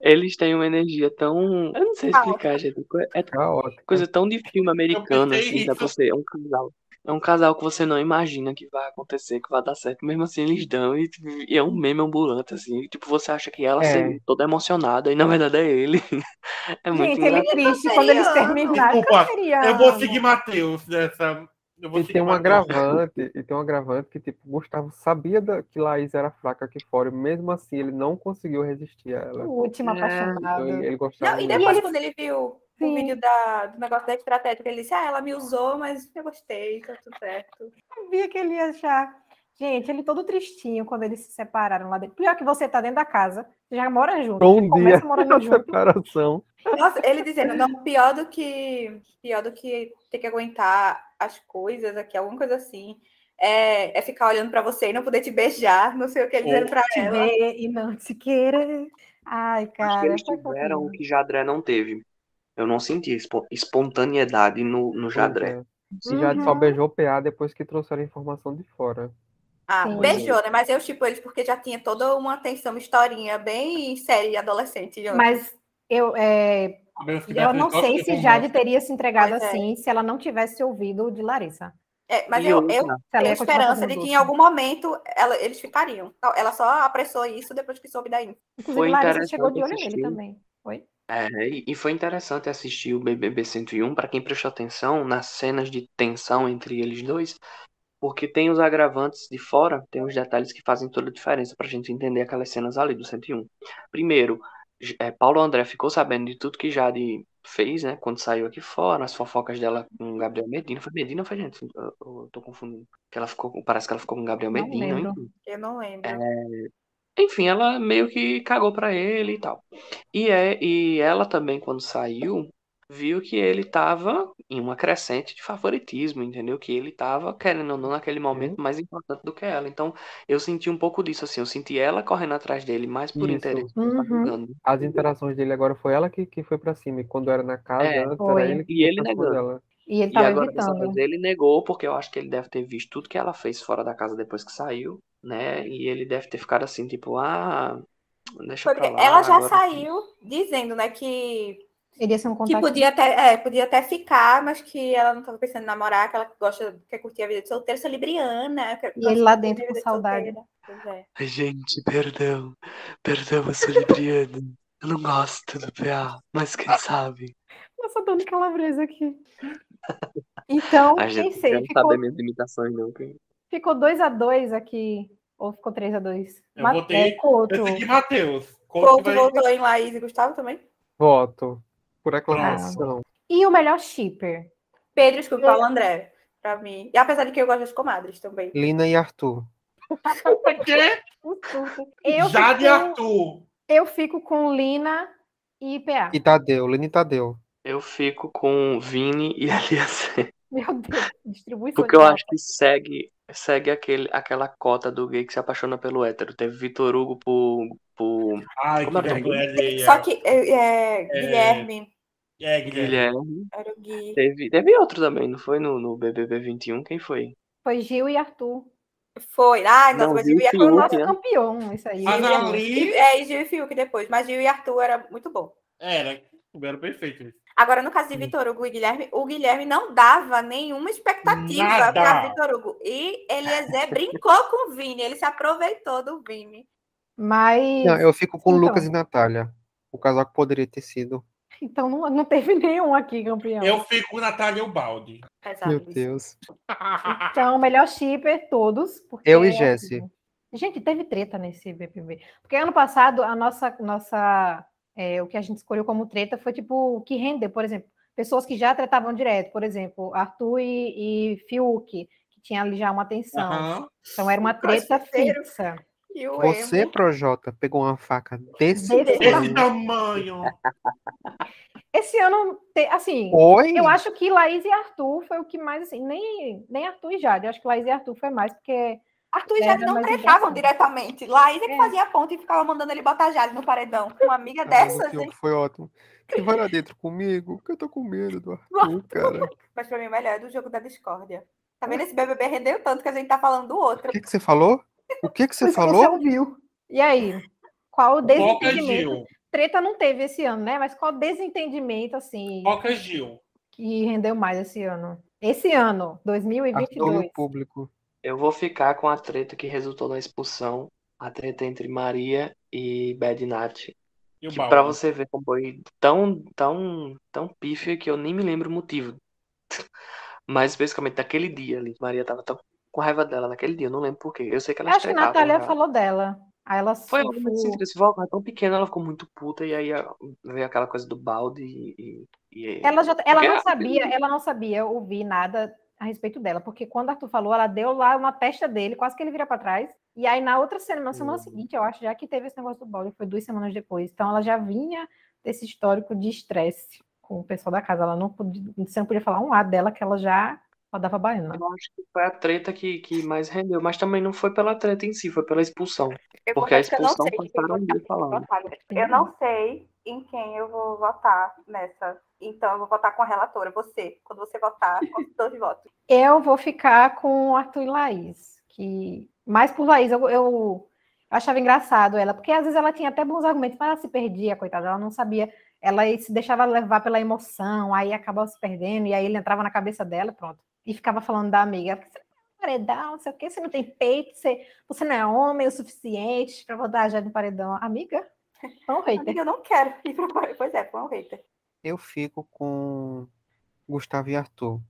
eles têm uma energia tão. Eu não sei
Calma.
explicar, gente. Co- É
Caótica.
coisa tão de filme americano,
Eu pensei
assim, pra
isso.
você. É um casal. É um casal que você não imagina que vai acontecer, que vai dar certo. Mesmo assim, eles dão. E, e é um meme ambulante, assim. E, tipo, você acha que ela
É.
seria toda emocionada. E na verdade é ele. É muito
Gente, ele é
engraçado.
triste quando eles terminaram.
Desculpa,
canceriano.
Eu vou seguir Matheus nessa. Eu vou
E
seguir
tem um
Matheus.
agravante, e tem um agravante que, tipo, Gustavo sabia da- que Laís era fraca aqui fora, e mesmo assim ele não conseguiu resistir a ela. Então,
O último
É,
apaixonado.
Ele, ele gostava
Não, e
muito.
depois,
ele-
quando ele viu
Sim.
o vídeo da- do negócio da estratégia, que ele disse: Ah, ela me usou, mas eu gostei, tá tudo certo.
sabia que ele ia achar. Gente, ele todo tristinho quando eles se separaram lá dentro. Pior que você tá dentro da casa, você já mora junto.
Bom dia,
Começa morando
a
junto.
separação.
Nossa, ele dizendo: Não, pior do que, pior do que ter que aguentar as coisas aqui, alguma coisa assim. É, é ficar olhando pra você e não poder te beijar, não sei o que ele dizendo
Ou
pra
Te
ela.
ver e não te querer. Ai,
Acho que
cara.
eles
foi
tiveram o
fofinho.
que Jadré não teve. Eu não senti espo- espontaneidade no, no Jadré.
É, E já só
Uhum.
beijou o PA depois que trouxeram a informação de fora.
Ah,
Sim.
beijou, né? Mas eu tipo eles porque já tinha toda uma tensão, uma historinha bem séria de adolescente. de antes.
Mas eu, é,
Também fiquei
eu não
naquele top
sei
de
se
romance.
Jade teria se entregado
Pois é.
assim se ela não tivesse ouvido o de Larissa.
É, mas
E
eu,
outra,
eu
Se né? ela
tenho
ia continuar
esperança
fazendo
de que em
doce.
algum momento ela- eles ficariam. Não, Ela só apressou isso depois que soube da info.
Inclusive,
Foi
Larissa chegou de olho
interessante
nele
assistir.
também. Foi?
É, e- e foi interessante assistir o BBB 101 para um, quem prestou atenção nas cenas de tensão entre eles dois, porque tem os agravantes de fora, tem os detalhes que fazem toda a diferença para a gente entender aquelas cenas ali do 101. Primeiro, J- é, Paulo André ficou sabendo de tudo que Jade fez, né, quando saiu aqui fora, as fofocas dela com Gabriel Medina. Foi Medina ou foi gente? Eu, eu tô confundindo. Que ela ficou, com- parece que ela ficou com Gabriel
Não
Medina,
lembro.
enfim.
Eu não lembro.
Enfim, ela meio que cagou pra ele e tal. E, é, e ela também, quando saiu, viu que ele tava em uma crescente de favoritismo, entendeu? Que ele tava, querendo ou não, naquele
Uhum.
momento, mais importante do que ela. Então, eu senti um pouco disso, assim. Eu senti ela correndo atrás dele mais por
Isso.
interesse do que
Uhum.
carregando.
As interações dele agora foi ela que, que foi pra cima, e quando era na casa,
É,
antes
foi.
era ele que
E
foi
ele
pra cima
negando.
dela.
E ele tá
E
tava
agora, dessa
evitando.
vez, ele negou, porque eu acho que ele deve ter visto tudo que ela fez fora da casa depois que saiu, né? E ele deve ter ficado assim, tipo, ah, deixa
Foi
pra
porque
lá.
ela já
agora-
saiu dizendo, né, que,
Ele ia ser um
que
contato.
podia, até, é, podia até ficar, mas que ela não estava pensando em namorar, que ela gosta, quer curtir a vida de solteira, sou libriana. que-
E ele lá
gosta de curtir a
dentro com
vida de
saudade.
solteira. Pois é.
Ai, Gente, perdão. Perdão, eu sou libriana. Eu não gosto do PA, mas quem sabe?
Nossa, dando calabresa aqui. Então,
A
quem
gente
sei,
não
ficou
sabe minhas limitações, não. que-
Ficou 2x2 aqui. Ou ficou 3x2?
Eu botei-
Couto.
Eu segui Matheus. Couto
Couto
vai-
voltou em Laís e Gustavo também.
Voto. Por aclamação.
E o melhor shipper?
Pedro, desculpa, Paulo André, pra mim. E apesar de que eu gosto das comadres também.
Lina e Arthur.
O quê?
Um surto. Eu, um
Jade e
fico,
Arthur.
eu fico com Lina e PA.
E Tadeu, Lina e Tadeu.
Eu fico com Vini e Aliança.
Meu Deus, distribuição.
Porque eu
de
acho que segue, segue aquele, aquela cota do gay que se apaixona pelo hétero. Teve Vitor Hugo por, por
Ai,
Como
que
é o nome
vergonha alheia.
Só que é, é, Guilherme,
É, Guilherme.
Guilherme.
era o Gui.
Teve, teve outro também, não foi? No, no BBB 21, quem foi?
Foi Gil e Arthur.
Foi. Ai, nossa,
Não,
mas
Gil
eu ia
e
Foi o
Fiuk,
falar
nosso
né?
campeão, isso aí.
Ah, não.
E- É, e Gil e Fiuk depois. Mas Gil e Arthur era muito bom.
Era, era é perfeito.
Agora, no caso de Vitor Hugo e Guilherme, o Guilherme não dava nenhuma expectativa
Nada.
para Vitor Hugo. E Eliezer brincou com o Vini, ele se aproveitou do Vini.
Mas.
Não, eu fico com
Então.
Lucas e Natália. O casal que poderia ter sido.
Então não, não teve nenhum aqui, campeão.
Eu fico com Natália Balde.
Tá,
Exato.
Meu Deus.
Então, melhor shipper, todos. porque
Eu e
é
Jesse.
assim. Gente, teve treta nesse BBB. Porque ano passado, a nossa, nossa é, o que a gente escolheu como treta foi tipo o que rendeu, por exemplo, pessoas que já tretavam direto, por exemplo, Arthur e, e Fiuk, que tinha ali já uma tensão.
Aham.
Então era uma
O
treta
crossfiteiro.
fixa.
E o
Você,
emo.
Projota, pegou uma faca desse
Desse
Esse
tamanho.
tamanho.
Esse ano, te- assim,
Oi?
eu acho que Laís e Arthur foi o que mais assim, nem, nem Arthur e Jade, eu acho que Laís e Arthur foi mais, porque
Arthur e Jade
Era
não
mais
tretavam
engraçado.
diretamente. Laís é que
É.
fazia a ponta e ficava mandando ele botar Jade no paredão. Uma amiga
Caramba,
dessas,
Fiuk,
hein?
Ah, foi ótimo. Você vai lá dentro comigo? Porque eu tô com medo do Arthur, cara.
Mas pra mim, o melhor é do jogo da discórdia. Tá vendo? Esse BBB rendeu tanto que a gente tá falando do
O
outro.
que, que você falou? O que, que
Por
você
isso que você
falou?
ouviu. E aí? Qual é o
Coca
desentendimento?
Gil.
Treta não teve esse ano, né? Mas qual o desentendimento, assim,
Coca Gil.
que rendeu mais esse ano? Esse ano, é um
Arthur e
2022.
o público.
Eu vou ficar com a treta que resultou na expulsão. A treta entre Maria e Bad Nat.
E o
Que pra
Balde.
você ver um como foi tão, tão, tão pífia que eu nem me lembro o motivo. Mas basicamente naquele dia ali, Maria tava tão com raiva dela naquele dia, eu não lembro por quê. Eu sei que ela
Eu acho que a
estregava
Natália
já.
falou dela. Aí ela
Foi,
soube-
foi assim, esse vocal era tão pequeno, ela ficou muito puta, e aí a- veio aquela coisa do balde e. e- e-
Ela, já, ela
Porque
não
a-
sabia, ela não sabia ouvir nada a respeito dela, porque quando Arthur falou, ela deu lá uma testa dele, quase que ele vira pra trás. E aí na outra semana, na
Hum.
semana seguinte, eu acho, já que teve esse negócio do balde, foi duas semanas depois. Então ela já vinha desse histórico de estresse com o pessoal da casa. Ela não podia, você não podia falar um A dela que ela já rodava baiana.
Eu acho que foi a treta que, que mais rendeu, mas também não foi pela treta em si, foi pela expulsão.
Eu
Porque a
confesso que eu não
expulsão
sei quem
passaram
votar,
de falar.
né? Eu não sei em quem eu vou votar nessa. Então, eu vou votar com a relatora, você. Quando você votar, com dois votos.
Eu vou ficar com Arthur e Laís, que mais por Laís, eu, eu achava engraçado ela, porque às vezes ela tinha até bons argumentos, mas ela se perdia, coitada, ela não sabia, ela se deixava levar pela emoção, aí acabava se perdendo, e aí ele entrava na cabeça dela, pronto, e ficava falando da amiga, você não é paredão, não sei o quê, você não tem peito, você, você não é homem o suficiente para votar já no paredão, amiga, não hater.
Amiga, eu não quero ir pra fora. Pois é, foi um hater.
Eu fico com Gustavo e Arthur.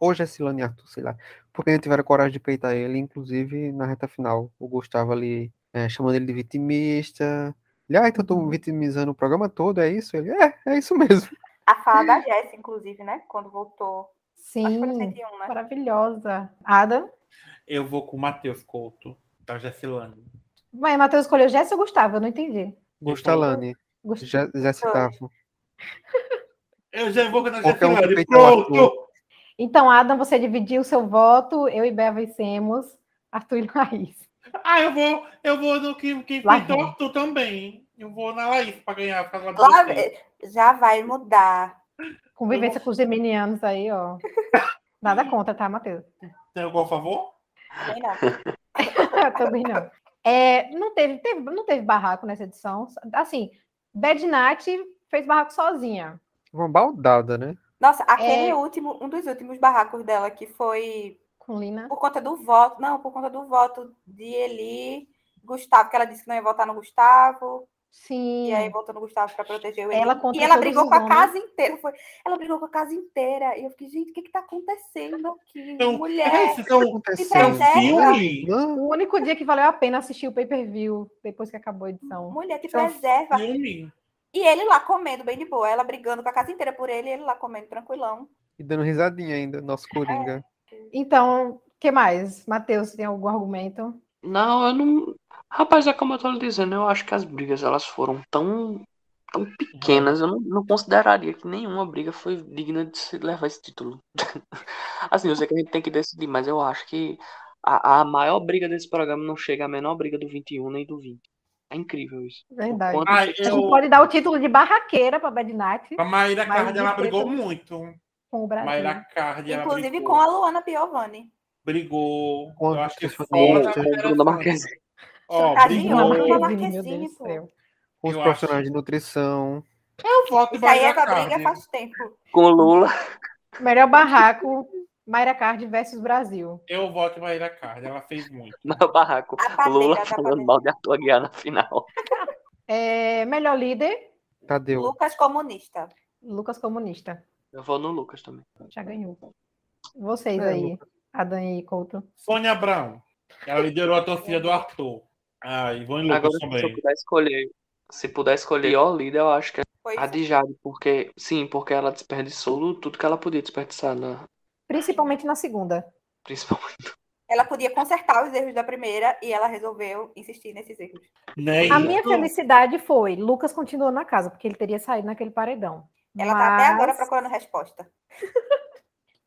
Hoje é Silano e Arthur, sei lá. Porque não tiveram coragem de peitar ele, inclusive na reta final. O Gustavo ali eh, chamando ele de vitimista. Ele, ah, então eu tô vitimizando o programa todo, é isso? Ele, é, é isso mesmo.
A fala da Jéssica, inclusive, né? Quando voltou. Acho que foi no
Sim,
101, né?
maravilhosa. Adam?
Eu vou com o Matheus Couto, da Gessilane.
Mas Matheus escolheu Jéssica ou Gustavo? Eu não entendi.
Gustalane,
Gust-
já, já citava.
Eu já vou com a
Qualquer um que
Gessilane.
peita o Arthur.
Pronto!
Então, Adam, você dividiu o seu voto, eu e Bea vencemos, Arthur e Laís.
Ah, eu vou, eu vou no que, que
Lá
pintou
vem.
Arthur também. Eu vou na Laís pra ganhar. Pra falar
Lá- eh,
pra você.
já vai mudar.
Convivência com os geminianos aí, ó. Nada contra, tá, Matheus?
Tem algum favor?
Sei não.
Também não. É, não, teve, teve- não teve barraco nessa edição. Assim, Bad Nat fez barraco sozinha.
Uma baldada, né?
Nossa, aquele
É.
último, um dos últimos barracos dela que foi
Com Lina.
por conta do voto. Não, por conta do voto de Eli, Gustavo, que ela disse que não ia votar no Gustavo.
Sim.
E aí voltou no Gustavo pra proteger o Eli.
É. Ela contra
e ela
todos
brigou
os
com a
homens.
casa inteira. Foi... Ela brigou com a casa inteira. E eu fiquei, gente, o que que tá acontecendo aqui?
Então,
Mulher.
esse é um- é um
Pois é,
filme?
Não,
O único dia que valeu a pena assistir o pay-per-view depois que acabou a edição.
Mulher que
Então,
preserva.
Filme?
E ele lá comendo bem de boa. Ela brigando com a casa inteira por ele. e Ele lá comendo tranquilão.
E dando risadinha ainda, nosso Coringa.
Então, o que mais? Matheus, tem algum argumento?
Não, eu não. Rapaz, é como eu tô lhe dizendo, eu acho que as brigas elas foram tão, tão pequenas, eu não, não consideraria que nenhuma briga foi digna de se levar esse título. Assim, eu sei que a gente tem que decidir, mas eu acho que a, a maior briga desse programa não chega à menor briga do 21 nem do 20. É incrível isso.
Verdade.
O quanto-
Ai,
A gente
eu-
pode dar o título de barraqueira para Bad Nat
A Maíra
Mas
Cardi, ela
de
brigou
preto-
muito.
com o Brasil.
Maíra Cardi, ela
Inclusive
brigou.
com a Luana Piovani.
Brigou.
Com
eu
a
acho que fora da
Bruna Marquezine.
Federação.
Bruna Marquezine.
assim, Ó,
tá
Tadinha,
brigou.
ela brigou
Eu
na
Marquezine, meu
Marquezine,
Deus do
pô.
céu.
Com os
Eu
profissionais
acho.
de nutrição.
voto em
Isso aí, é
Maíra
essa briga
Cardi.
faz tempo.
Com Lula.
Melhor barraco, Mayra Card versus Brasil.
Eu voto em Maíra Cardi, ela fez muito.
No barraco.
A padeira,
Lula
da
falando
padeira.
mal de Arthur Aguiar na final.
É, melhor líder,
Tadeu.
Lucas comunista.
Lucas Comunista.
Eu vou no Lucas também.
Já ganhou. Vocês
É,
aí, Adam e Couto.
Sônia Abrão. Ela liderou a torcida do Arthur. Ah, Ivan e
Agora,
Lucas
se eu
também.
puder escolher, se puder escolher o líder, eu acho que é
Foi
a
isso.
de Jade, porque sim, porque ela desperdiçou tudo que ela podia desperdiçar, né?
Principalmente na segunda.
Principalmente.
Ela podia consertar os erros da primeira e ela resolveu insistir nesses erros.
Né?
A minha
Isso.
felicidade foi, Lucas continuou na casa, porque ele teria saído naquele paredão.
Ela tá até agora
Mas,
procurando resposta.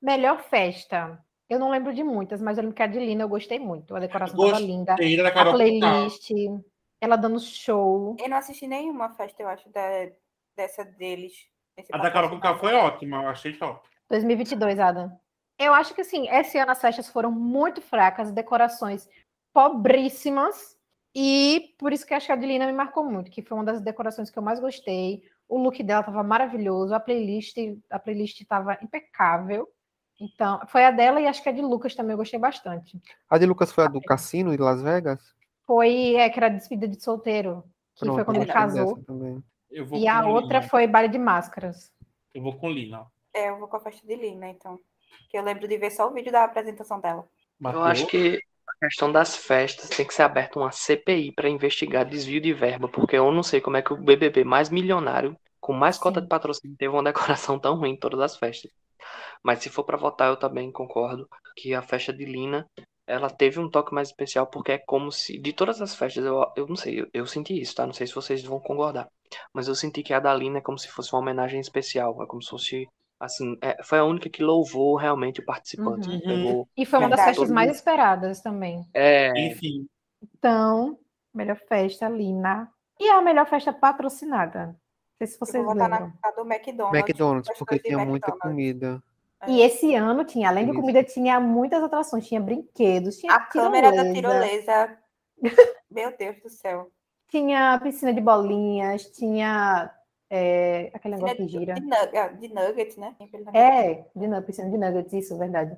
Melhor festa. Eu não lembro de muitas, mas eu lembro que a de Lina eu gostei muito. A decoração
Eu
estava linda.
Teira da
A
um
Carol Conká.
playlist, ela dando show.
Eu não assisti nenhuma festa, eu acho, da, dessa deles. desse
A da Carol Conká foi ótima, eu achei top.
2022, Adam. Eu acho que assim, esse ano as festas foram muito fracas, decorações pobríssimas. E por isso que acho que a Adelina me marcou muito, que foi uma das decorações que eu mais gostei. O look dela estava maravilhoso, a playlist, a playlist estava impecável. Então, foi a dela e acho que a de Lucas também eu gostei bastante.
A de Lucas foi a do
Ah, é.
cassino de Las Vegas?
Foi, é, que era a despedida de solteiro, que foi
Pronto,
quando
eu
ele
gostei dessa
casou.
também.
Eu vou
E a
com
outra
Lina.
foi baile de máscaras.
Eu vou com Lina.
É, eu vou com a festa de Lina, então. Que eu lembro de ver só o vídeo da apresentação dela.
Eu acho que a questão das festas tem que ser aberta uma CPI para investigar desvio de verba, porque eu não sei como é que o BBB mais milionário, com mais cota de patrocínio, teve uma decoração tão ruim em todas as festas. Mas se for para votar, eu também concordo que a festa de Lina, ela teve um toque mais especial, porque é como se, de todas as festas, eu, eu não sei, eu, eu senti isso, tá? Não sei se vocês vão concordar, mas eu senti que a da Lina é como se fosse uma homenagem especial, é como se fosse, assim, é, foi a única que louvou realmente o participante.
Uhum.
Pegou,
E foi uma das
Verdade.
festas mais esperadas também.
é,
Enfim,
Então, melhor festa, Lina. E a melhor festa patrocinada. Não sei se vocês
eu vou votar na
lembram.
na do McDonald's.
McDonald's,
Gosto
porque
de
tinha muita
McDonald's.
comida.
na-
E esse ano tinha, além de
Isso.
comida, tinha muitas atrações. Tinha brinquedos, tinha
A câmera da
tirolesa,
tirolesa. Meu Deus do céu.
tinha piscina de bolinhas, tinha é, aquele negócio que gira.
De, nug- ah, de nuggets, né?
É, de nu- piscina de nuggets, isso, verdade.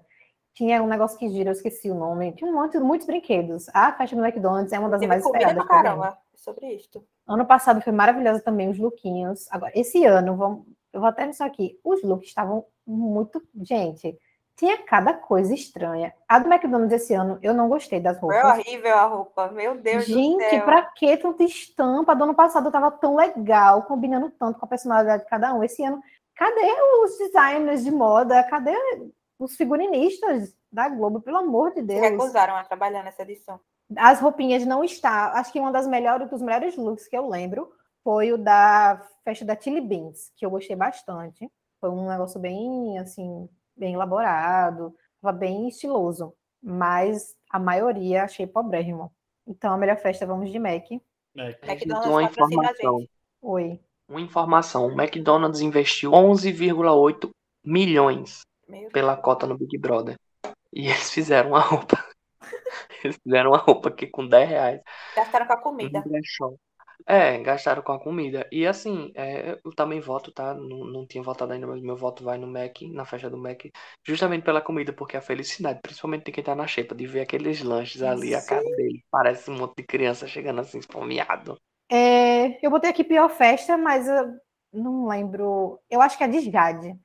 Tinha um negócio que gira, eu esqueci o nome. Tinha um monte, muitos brinquedos. A festa do McDonald's é uma das
Teve
mais
comida
esperadas.
pra
também.
caramba sobre isto.
Ano passado foi maravilhosa também, os lookinhos. Agora, esse ano, vamos, eu vou até nisso aqui, os looks estavam muito. Gente, tinha cada coisa estranha. A do McDonald's esse ano, eu não gostei das
Foi
roupas.
horrível a roupa. Meu Deus do
Gente,
céu.
pra que tanta estampa? Do ano passado tava tão legal, combinando tanto com a personalidade de cada um. Esse ano, cadê os designers de moda? Cadê os figurinistas da Globo? Pelo amor de
Se
Deus.
recusaram a trabalhar nessa edição.
As roupinhas não está. Acho que uma das melhores, dos melhores looks que eu lembro foi o da festa da Chili Beans, que eu gostei bastante. Foi um negócio bem assim, bem elaborado, tava bem estiloso, mas a maioria achei pobrérrimo. Então a melhor festa vamos de Mac.
né?
McDonald's
uma
patrocina a
informação.
gente.
Oi.
Uma informação, o McDonald's investiu 11,8 milhões
Meu
pela cota no Big Brother. E eles fizeram uma roupa. Eles fizeram uma roupa aqui com 10 reais.
Gastaram com a
Um
comida.
brechó. É, gastaram com a comida. E assim, é, eu também voto, tá? Não, não tinha votado ainda, mas meu voto vai no Mac, na festa do Mac, justamente pela comida, porque a felicidade, principalmente de quem tá na xepa, de ver aqueles lanches ali, a cara dele, parece um monte de criança chegando assim, esfomeado.
É, eu botei aqui pior festa, mas eu não lembro. Eu acho que é de Jade.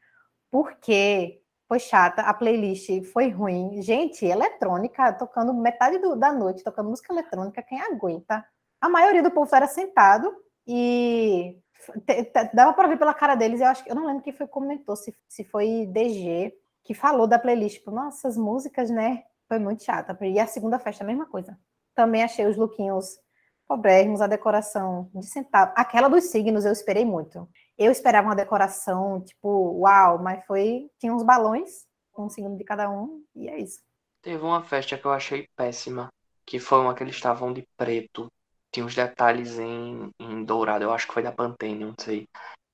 Porque foi chata, a playlist foi ruim. Gente, eletrônica, tocando metade do- da noite, tocando música eletrônica, quem aguenta? A maioria do povo era sentado e te- te- dava para ver pela cara deles. Eu acho que eu não lembro quem foi que comentou, se, se foi DG que falou da playlist. Tipo, nossa, as músicas, né? Foi muito chata. E a segunda festa, é a mesma coisa. Também achei os lookinhos Pobrérrimos, a decoração de centavo. Aquela dos signos eu esperei muito. Eu esperava uma decoração, tipo, uau, mas foi. Tinha uns balões com um signo de cada um, e é isso.
Teve uma festa que eu achei péssima, que foi uma que eles estavam de preto. Tinha uns detalhes em, em dourado, eu acho que foi da Pantene, não sei.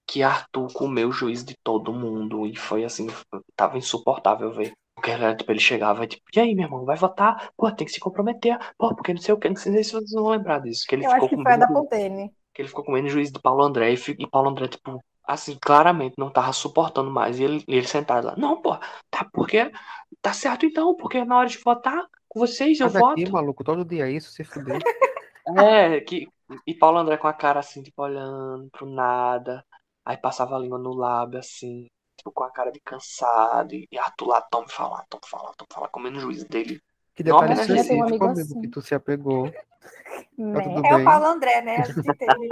Que Arthur comeu o juiz de todo mundo e foi assim, tava insuportável ver. Porque era, tipo, ele chegava e tipo, e aí, meu irmão, vai votar? Pô, tem que se comprometer. Pô, porque não sei o que, não sei se vocês vão lembrar disso. Que ele
Eu
ficou
acho que
com
foi a da
medo-
Pontene.
que ele ficou comendo o juiz do Paulo André e, fi- e Paulo André, tipo, assim, claramente não tava suportando mais. E ele, e ele sentado lá, não, pô, tá porque tá certo então, porque na hora de votar com vocês eu
Mas aqui,
voto.
maluco, todo dia isso, se fuder.
É, que, e Paulo André com a cara assim, tipo, olhando pro nada. Aí passava a língua no lábio, assim, tipo, com a cara de cansado. E, e Arthur lá, toma falar, toma falar, toma falar, comendo o juiz dele.
Que
Não,
detalhe
mas eu já
específico,
tenho um amigo
amigo,
assim.
que tu se apegou. Tá
Né?
tudo
É o
bem.
Paulo André, né? A gente teve.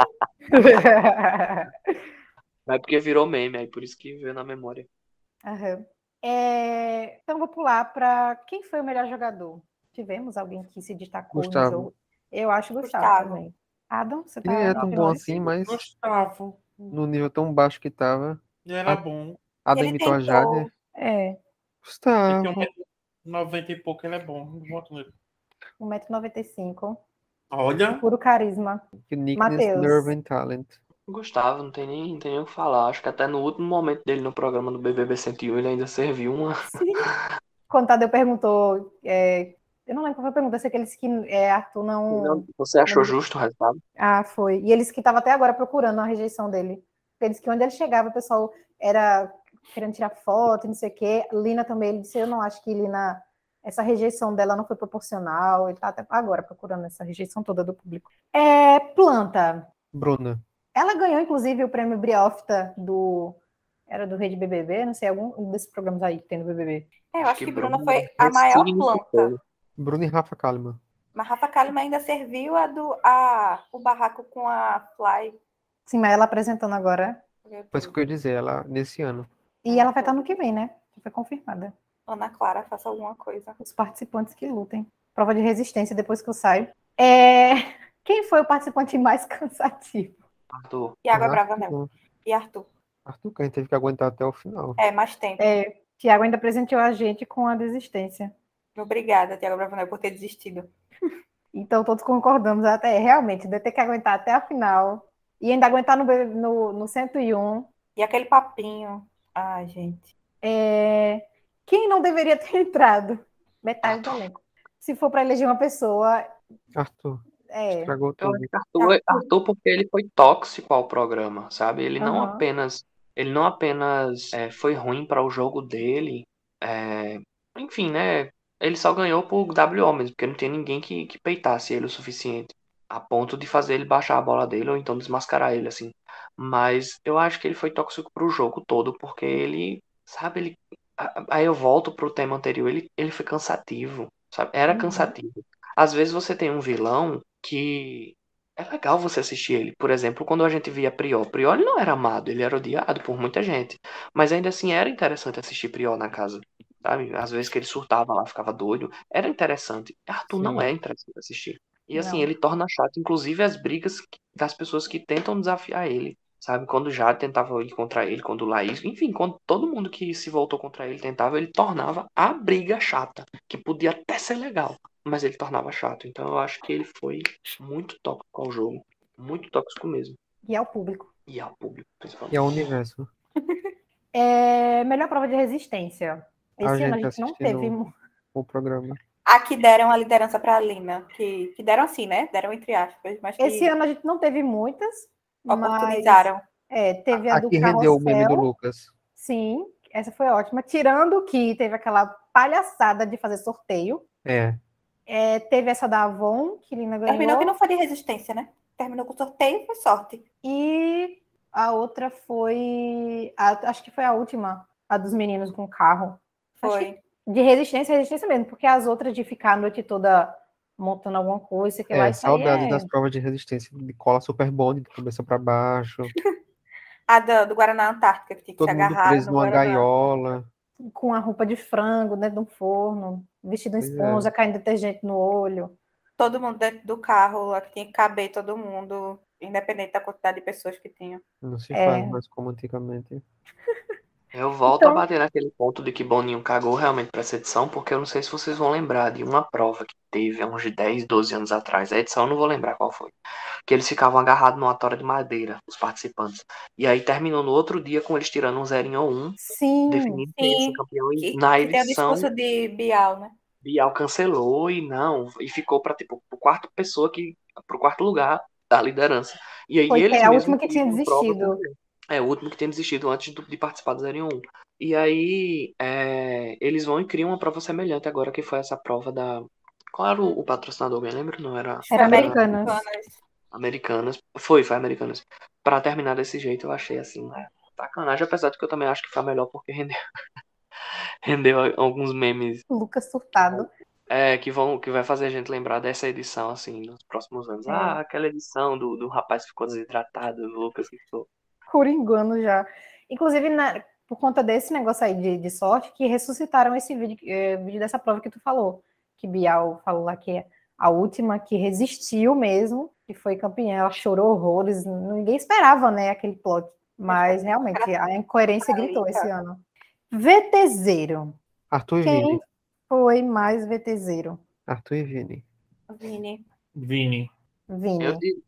Mas é porque virou meme, aí por isso que veio na memória.
Aham. É, Então vou pular para quem foi o melhor jogador. Tivemos alguém que se destacou no
Gustavo.
jogo. Eu acho Gustavo,
Gustavo.
também. Adam, você tá
Ele é
na
tão
opinião?
bom assim, mas
Gostava.
no nível tão baixo que tava.
Ele era
Ah,
bom.
Adam
Ele
imitou a
tentou.
Jade.
É,
Ele
Gustavo.
tem um 90 e pouco, ele é bom. Não voto nele.
1,95m.
Olha,
Puro carisma.
Uniqueness,
Mateus.
Nerve and Talent.
Gustavo, não tem nem, não tem nem o que falar. Acho que até no último momento dele no programa do BBB 101 ele ainda serviu uma.
Sim. Quando Tadeu perguntou, é, eu não lembro qual foi a pergunta, eu sei que ele disse que é, Arthur não...
Não, Você achou justo o resultado?
Ah, foi. E ele disse que estava até agora procurando a rejeição dele. Ele disse que onde ele chegava, o pessoal era querendo tirar foto, não sei o quê. Lina também, ele disse, eu não acho que Lina... Essa rejeição dela não foi proporcional. Ele está até agora procurando essa rejeição toda do público. É, planta.
Bruna.
Ela ganhou, inclusive, o prêmio Briofta do Era do Rede BBB, não sei, algum desses programas aí que tem no BBB.
É, eu acho que, Bruna foi assim a
ressignificou.
maior planta.
Bruno e Rafa Kalimann.
Mas Rafa Kalima ainda serviu a do, a, o barraco com a Fly.
Sim, mas ela apresentando agora.
Foi isso que eu ia dizer, ela nesse ano.
E ela vai estar no que vem, né? Já foi confirmada.
Ana Clara, faça alguma coisa.
Os participantes que lutem. Prova de resistência depois que eu saio. É... Quem foi o participante mais cansativo?
Arthur,
E água
Ah,
brava mesmo. E Arthur.
Arthur, que a gente teve que aguentar até o final.
É, mais tempo.
É, Tiago ainda presenteou a gente com a desistência.
Obrigada, Tiago Bravanel, por ter desistido.
Então todos concordamos até, realmente, de ter que aguentar até a final. E ainda aguentar no, B- no, um. no 101.
E aquele papinho. Ai, gente.
É, Quem não deveria ter entrado? Metade do elenco. Se for para eleger uma pessoa,
Arthur,
é.
estragou
Eu
tudo.
acho que Arthur, é, Arthur porque ele foi tóxico ao programa, sabe? Ele não
Aham.
apenas, ele não apenas é, foi ruim para o jogo dele, é, enfim, né? Ele só ganhou por WO mesmo, porque não tinha ninguém que, que peitasse ele o suficiente a ponto de fazer ele baixar a bola dele ou então desmascarar ele, assim. Mas eu acho que ele foi tóxico pro jogo todo, porque ele, sabe, ele. a- Aí eu volto pro tema anterior, ele, ele foi cansativo, sabe? Era
Uhum.
cansativo. Às vezes você tem um vilão que é legal você assistir ele. Por exemplo, quando a gente via Prior. Prior ele não era amado, ele era odiado por muita gente. Mas ainda assim era interessante assistir Prior na casa. Sabe? Às vezes que ele surtava lá, ficava doido. Era interessante. Arthur não
Sim.
é interessante assistir. E assim,
Não.
ele torna chato, inclusive, as brigas que- das pessoas que tentam desafiar ele. Sabe? Quando já tentava ele contra ele, quando o Laís, enfim, quando todo mundo que se voltou contra ele tentava, ele tornava a briga chata. Que podia até ser legal, mas ele tornava chato. Então eu acho que ele foi muito tóxico ao jogo. Muito tóxico mesmo.
E ao é público.
E ao público, principalmente.
E é o universo.
É, melhor prova de resistência. Esse
A
ano a
gente
gente não
assistindo-
teve. mu-
O programa.
A que deram a liderança para a Lina. Que, que deram assim, né? Deram entre aspas. Mas que
Esse ano a gente não teve muitas, mas
oportunizaram.
é, teve a, do
Aqui rendeu o meme do
Carrossel.
Lucas.
Sim, essa foi ótima. Tirando que teve aquela palhaçada de fazer sorteio.
É.
É, teve essa da Avon, que Lina ganhou.
Terminou que não foi de resistência, né? Terminou com sorteio e foi sorte.
E a outra foi. a- acho que foi a última, a dos meninos com carro. Acho
Foi.
De resistência, resistência mesmo, porque as outras de ficar a noite toda montando alguma coisa, sei que lá,
É,
isso aí
saudades
é-
das provas de resistência de cola super bonde, de cabeça pra baixo,
A da- do, Guaraná Antártica, que tinha que
todo
se
mundo
agarrar
preso
no
numa
Guaraná.
gaiola.
com a roupa de frango dentro de um forno, vestido em
Pois é.
esponja, caindo detergente no olho.
Todo mundo dentro do carro lá, que tinha que caber todo mundo, independente da quantidade de pessoas que tinha.
Não se
É.
faz mais como antigamente.
Eu volto
Então-
a bater naquele ponto de que Boninho cagou realmente pra essa edição, porque eu não sei se vocês vão lembrar de uma prova que teve há uns 10, 12 anos atrás. A edição eu não vou lembrar qual foi. Que eles ficavam agarrados numa tora de madeira, os participantes. E aí terminou no outro dia com eles tirando um zerinho ou um,
Sim,
definindo quem ia ser
Hum, sim.
campeão.
Que,
E na
que tem o
edição,
discurso de Bial, né?
Bial cancelou e não, e ficou pra tipo, pro quarto pessoa que, pro quarto lugar da liderança. E aí
Foi que
eles
é a
mesmos
última que tinha
criam prova
desistido.
também. É, o último que tinha desistido antes do- de participar do 01. E aí é, eles vão e criam uma prova semelhante agora, que foi essa prova da. Qual era o, o patrocinador? Alguém lembra? Não era.
Era
americana.
americana.
Americanas. Foi, foi Americanas. Pra terminar desse jeito, eu achei assim, né? Sacanagem, apesar de que eu também acho que foi a melhor porque rendeu, rendeu alguns memes
Lucas surtado.
é, que vão, que vai fazer a gente lembrar dessa edição, assim, nos próximos anos.
É.
Ah, aquela edição do, do rapaz que ficou desidratado, do Lucas que ficou.
Coringando já. Inclusive, na- por conta desse negócio aí de, de sorte, que ressuscitaram esse vídeo, eh, vídeo dessa prova que tu falou. Que Bial falou lá que é a última que resistiu mesmo, que foi campeã. Ela chorou horrores. Ninguém esperava, né, aquele plot. Mas realmente, a incoerência gritou esse ano. VTZero.
Arthur e
Quem
Vini.
foi mais VTZero?
Arthur e Vini.
Vini.
Vini.
Vini.
Eu digo,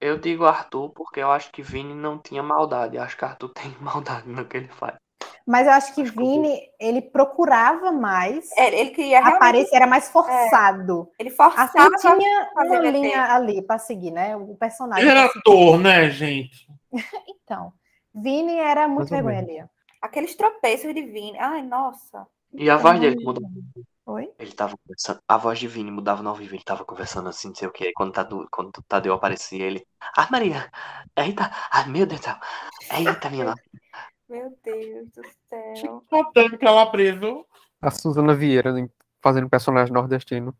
eu digo Arthur porque eu acho que Vini não tinha maldade. Eu acho que Arthur tem maldade no que ele faz.
Mas eu acho que
Acho que eu
Vini, ele procurava mais.
É, ele queria realmente.
Aparecer era mais forçado.
Ele
Assim
forçava.
tinha
fazer
uma
VT.
linha ali para seguir, né? O personagem.
Ele era
pra seguir.
ator, né, gente?
Então, Vini era muito
Mais ou
vergonha
menos.
ali.
Aqueles tropeços de Vini. Ai, nossa.
E a voz dele mudava.
Oi?
Ele tava conversando. A voz de Vini mudava no ao vivo. Ele tava conversando assim, não sei o quê. Aí Quando, Tadu, quando tá o Tadeu Ah, aparecia, ele. Ah, Maria! Eita! Ai, meu Deus do céu! Eita, minha nossa!
Meu Deus do céu.
Contando que ela preso.
A Suzana Vieira né, fazendo personagem nordestino.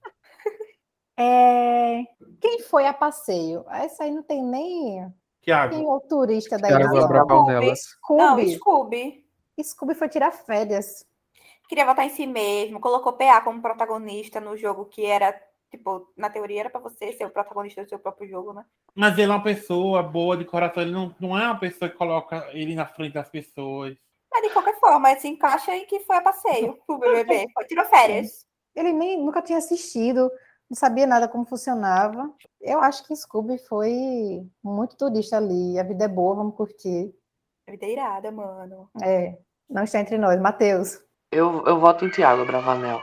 É, Quem foi a passeio? Essa aí não tem nem. Quem
Tiago.
é o turista da
Tiago
edição?
Abraão delas.
Não,
Scooby.
Scooby.
Scooby foi tirar férias.
Queria votar em si mesmo, colocou PA como protagonista no jogo que era, tipo, na teoria era pra você ser o protagonista do seu próprio jogo, né?
Mas ele é uma pessoa boa de coração. Ele não, não é uma pessoa que coloca ele na frente das pessoas.
Mas de qualquer forma, se encaixa em que foi a passeio pro BBB. Foi, tirou férias.
Ele nem nunca tinha assistido, não sabia nada como funcionava. Eu acho que Scooby foi muito turista ali. A vida é boa, vamos curtir.
A Vida é irada, mano.
É, não está entre nós, Matheus.
Eu, eu voto em Tiago Bravanel.